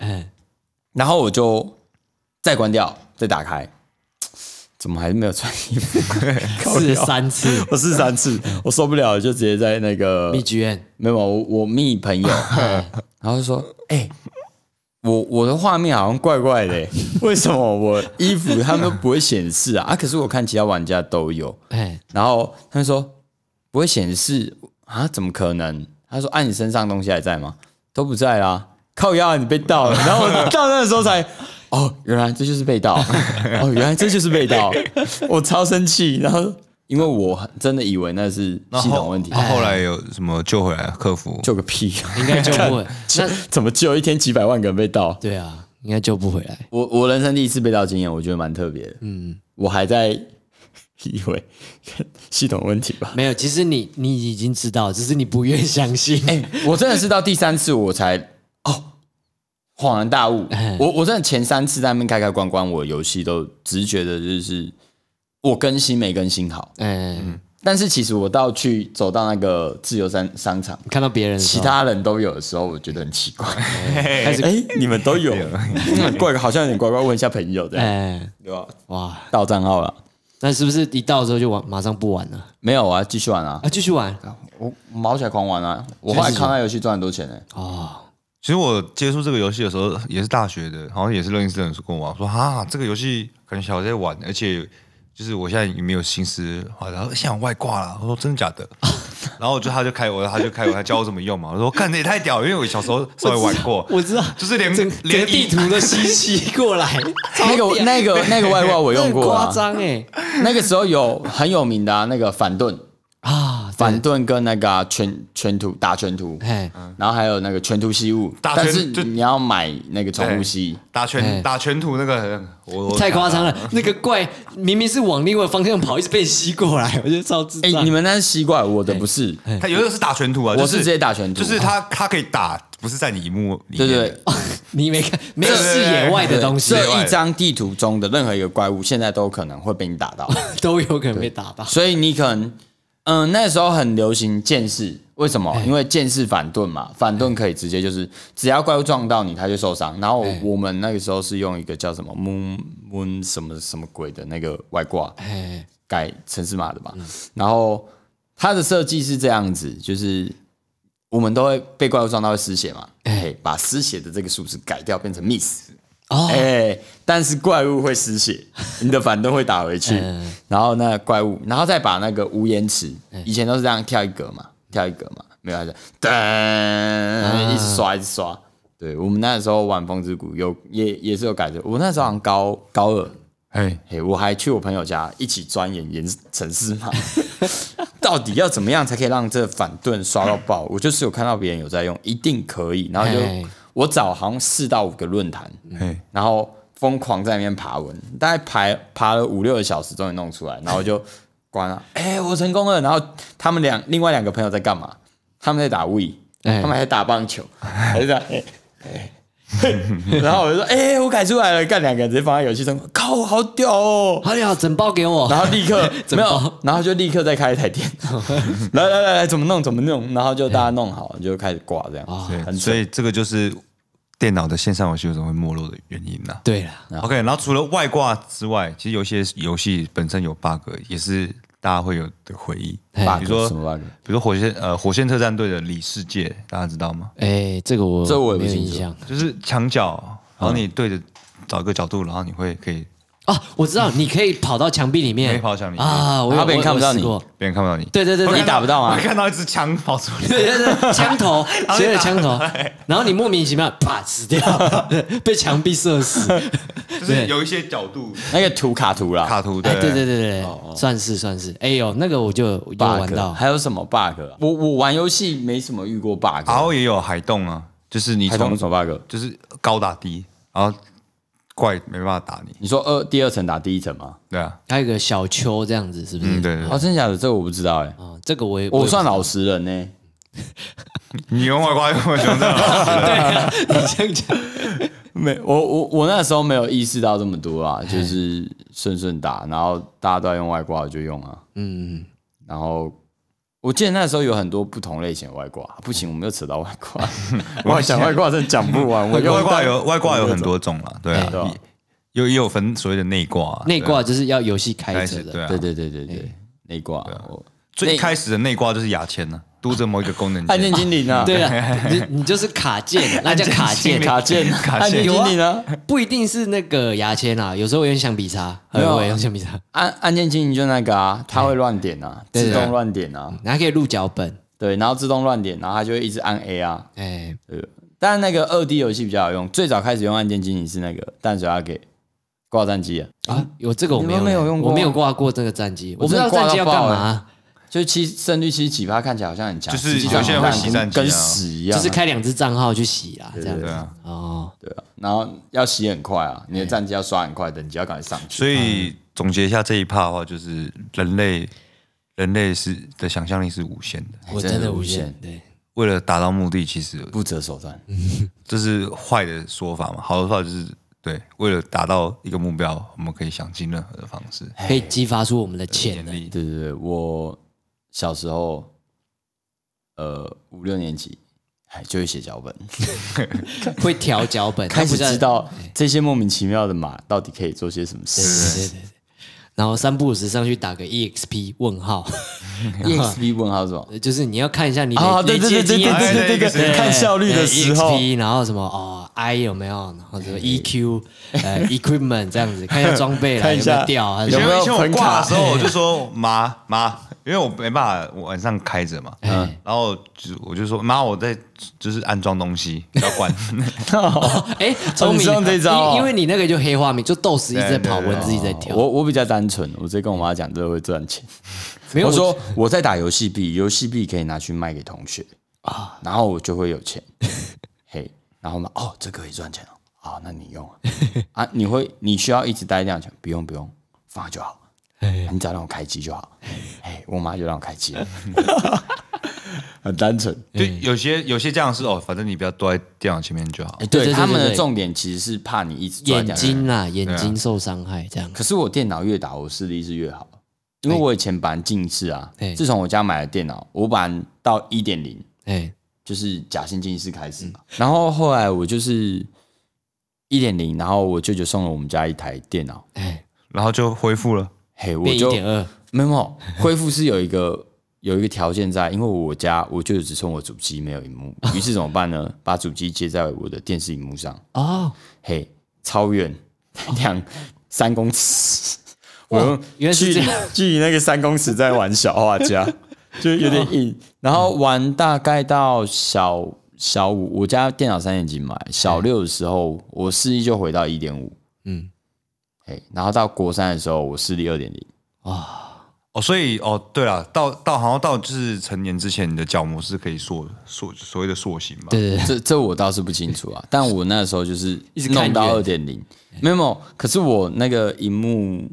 然后我就再关掉，再打开，怎么还是没有穿衣服？试了三次我试三次，我受不了了，就直接在那个蜜剧院，没有，我我密 <laughs> 朋友，然后就说，哎、我我的画面好像怪怪的、 <laughs> 为什么我衣服他们都不会显示啊？啊，可是我看其他玩家都有，哎，然后他们说不会显示啊，怎么可能？他说：“啊，你身上东西还在吗？都不在啦，靠腰啊，你被盗 <laughs> 了。”然后我到那个时候才，哦，原来这就是被盗，哦，原来这就是被盗，我超生气。然后因为我真的以为那是然系后统问题，然后后哦哎来有什么救回来客服？救个屁！应该救 <laughs> 不回。那怎么救一天几百万个人被盗？对啊，应该救不回来。我我人生第一次被盗经验，我觉得蛮特别的。嗯，我还在以为 <laughs> 系统问题吧。没有，其实你你已经知道，只是你不愿相信。哎、 <laughs> 我真的是到第三次我才哦恍然大悟。我我真的前三次在那边开开关关，我游戏都直觉的就是我更新没更新好。哎，但是其实我到去走到那个自由商商场，看到别人的时其候他人都有的时候，我觉得很奇怪。开始哎、你们 <laughs> 都有，嗯怪好像有点怪怪，问一下朋友这样，哎，对啊吧？哇，到账号了那是不是一到之后就玩，马上不玩了没有啊？继续玩啊！啊？继续玩我我毛起来狂玩啊！我后来靠那游戏赚很多钱呢、哦，其实我接触这个游戏的时候也是大学的，好像也是认识的人跟我玩，说啊，这个游戏可能小孩在玩，而且就是我现在也没有心思，好然后想外挂了。我说真的假 <laughs> 的？然后我就他就开我，他就开我，他教我怎么用嘛。我说看这也太屌了，因为我小时候稍微玩过，我知道，就是连整整个连地 <laughs> 图都吸吸过来，那个那个 <laughs> 那个外挂我用很过、啊，夸张哎那个时候有很有名的、啊、那个反盾，啊！反嗯盾跟那个啊、拳拳图打拳图，哎，然后还有那个拳图吸物，打但拳是就你要买那个宠物吸，打哎拳打拳图那个很，我我太夸张了！那个怪明明是往另外方向跑，一直被你吸过来，我觉得超智哎、障。你们那是吸怪，我的不是，哎他有一个是打拳图啊，我就是直接打拳图，就是他他可以打，不是在你荧幕里对面。对对，哦你没看，没有视野外的东西对对这一张地图中的任何一个怪物，现在都可能会被你打到， <laughs> 都有可能被打到。所以你可能，嗯，那时候很流行剑士，为什么？因为剑士反盾嘛，反盾可以直接就是只要怪物撞到你，它就受伤。然后哎我们那个时候是用一个叫什么 moon moon 什么什么鬼的那个外挂哎，改城市码的嘛，然后它的设计是这样子，就是。我们都会被怪物撞到会失血嘛？哎、把失血的这个数值改掉，变成 miss。哦哎、但是怪物会失 <laughs> 血，你的反盾会打回去，嗯哎然后那怪物，然后再把那个无延迟，以前都是这样跳一格嘛，跳一格嘛，没有它就啊噔、啊一直刷一直刷。对我们那时候玩《风之谷》有也也是有改的，我那时候好像高高二，哎，嘿，我还去我朋友家一起钻研研城市嘛， <laughs> 到底要怎么样才可以让这反盾刷到爆？我就是有看到别人有在用，一定可以，然后就哎我找好像四到五个论坛，哎，然后疯狂在那边爬文，大概爬爬了五六个小时，终于弄出来，然后就关 <laughs> 了。哎、我成功了！然后他们两另外两个朋友在干嘛？他们在打 We，、哎他们还在打棒球，还在。哎 <laughs> 哎然后我就说：“哎、我改出来了！”干两个人直接放在游戏中，靠，好屌 <laughs> 哦！好呀，整包给我。然后立刻怎没么有，然后就立刻再开一台电 <laughs> 脑，来来来来，怎么弄怎么弄，然后就大家弄好，就开始挂这样，哦对，啊很所水。以这个就是电脑的线上游戏为什么会没落的原因呐。对了，啊 OK，然后除了外挂之外，其实有一些游戏本身有 bug，也是大家会有的回忆。哎 bug，比如说什么 bug？比如说火线呃火线特战队的里世界，大家知道吗？哎，这个我这我也不没有清印楚象就是墙啊角，然后你对着找一个角度，然后你会可以啊。我知道，你可以跑到墙壁里面，可以跑到墙里面啊，我然有后别人我嗯看不到你我试过别人看不到你，对对对，对你打不到啊会看到一只枪跑出来。对对对，<laughs> 枪头，斜的枪头，然后你莫名其妙啪死掉， <laughs> 被墙壁射死。 <laughs> 就是有一些角度那个图卡图啦，卡图哎，的，对对对对，对算是算是。哎呦，那个我就有 bug 玩到，还有什么 bug？啊我我玩游戏没什么遇过 bug， ，RO 也有海洞啊，就是你还懂从什么 bug？就是高打低，然后怪没办法打你。你说二第二层打第一层吗？对啊，还有一个小丘这样子，是不是？嗯，对对哦，对，真假的这个我不知道哎、啊，这个我也我算老实人呢、欸你用外挂用外熊这样，这样讲，没，我我我那时候没有意识到这么多啊，就是顺顺打，然后大家都在用外挂，我就用啊。嗯，然后我记得那时候有很多不同类型的外挂，不行，我们又扯到外 <laughs> 挂，我想外挂真讲不完，我 <laughs> 又外挂有外挂有很多种啦，对对啊啊，有也有分所谓的内挂啊，内对挂啊就是要游戏开开着始对的，啊对，对对对对，啊内挂，我最开始的内挂就是牙签呢，读着某一个功能 <laughs> 按键键，精灵啊，对了，你你就是卡键，那叫卡键，卡键， <laughs> 卡按键线有精啊灵啊，不一定是那个牙签啦，有时候我用橡皮擦，没有啊我也用橡皮擦，按按键精灵就那个啊，它会乱点啊，对自对动乱点啊，你还可以录脚本，对，然后自动乱点，然后它就会一直按 A 啊，哎，对。但那个二 D 游戏比较好用，最早开始用按键精灵是那个淡水阿给挂战机啊，啊，有这个我没有你们没有用过啊我没有挂过这个战机，我我不真知的道战机要干嘛，就是七胜率七十几趴，看起来好像很强，就是实际上有些人会洗战绩啊跟屎一样就啊，是开两只账号去洗啦，这样对子啊，哦，对啊，然后要洗很快啊，你的战绩要刷很快，等级要赶快上去。所以总结一下这一趴的话，就是人类人类是的想象力是无限的，我真的无限，对，为了达到目的，其实哎不择手段，这是坏的说法嘛，好的说法就是对，为了达到一个目标，我们可以想尽任何的方式。可以激发出我们的潜潜能，力对对对，我小时候，呃，五六年级，哎，就会写脚本，会调脚本，开始哎但不知道这些莫名其妙的码到底可以做些什么事。对对对对。然后三不五时上去打个 exp <laughs> 问号， EXP E 问号是什 <laughs> 么？就是你要看一下你的啊，对对对对对对对对对对，，E 看效率的时候， ，exp ，E 然后什么哦 i 有没有，然后什么 eq 呃 equipment 这样子，看一下装备啦 <laughs> 看有一没下有掉，啊还以是有前没有以前我喷挂卡的时候，我就说妈妈，因为我没办法我晚上开着嘛，嗯然后就我就说妈，我在就是安装东西，不要 <laughs> 管。哎你聪明是用这招哦因因为你那个就黑画面，就豆豉一直在对对跑，对文字一直在跳，我我比较单纯，我直接跟我妈讲这个会赚钱。没有我说我在打游戏币，游戏币可以拿去卖给同学啊，然后我就会有钱。 <laughs> 嘿，然后嘛，哦，这个可以赚钱哦，好，那你 <laughs> 用啊，啊你会你需要一直待这样钱，不用不用，放就好，哎你只要让我开机就 <laughs> 好。嘿，我妈就让我开机了，很单纯。哎就有些有些这样是哦，反正你不要坐在电脑前面就好哎，。对对对，他们对的对重点其实是啊怕你一直抓眼这样睛啦，眼睛受伤害这样，可是我电脑越打，我视力是越好，因为我以前本来近视啊哎，自从我家买了电脑，我本来到一点零哎，就是假性近视开始嘛，嗯然后后来我就是一点零，然后我舅舅送了我们家一台电脑，然后就恢复了。嘿，我哎变一就点二，没有没有恢复是有一个。 <laughs> 有一个条件在，因为我家我舅舅只送我主机没有荧幕，于是怎么办呢？把主机接在我的电视荧幕上，哦，嘿，超远，两三公尺。我用原来距是这离样 <laughs> 距离那个三公尺在玩小画家， <laughs> 就有点硬。然后玩大概到小小五，我家电脑三年级买，小六的时候我视力就回到一点五，嗯，嘿，然后到国三的时候我视力二点零，哦，所以哦，对了，到到好像到就是成年之前，你的角膜是可以塑塑所谓的塑形嘛？对对对，这 <laughs> 这我倒是不清楚啊。但我那时候就是一直看弄到远二点零，没有没有。可是我那个荧幕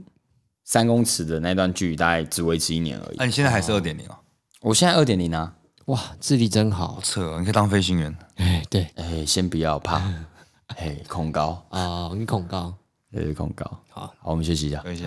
三公尺的那段距离大概只维持一年而啊已那、。你现在还是二点零哦，我现在二点零啊，哇，智力真好好，扯哦，你可以当飞行员。哎，对哎、先不要怕，哎、恐高，哎啊，你恐高。呃，恐高。好，我们休息一下。等一下，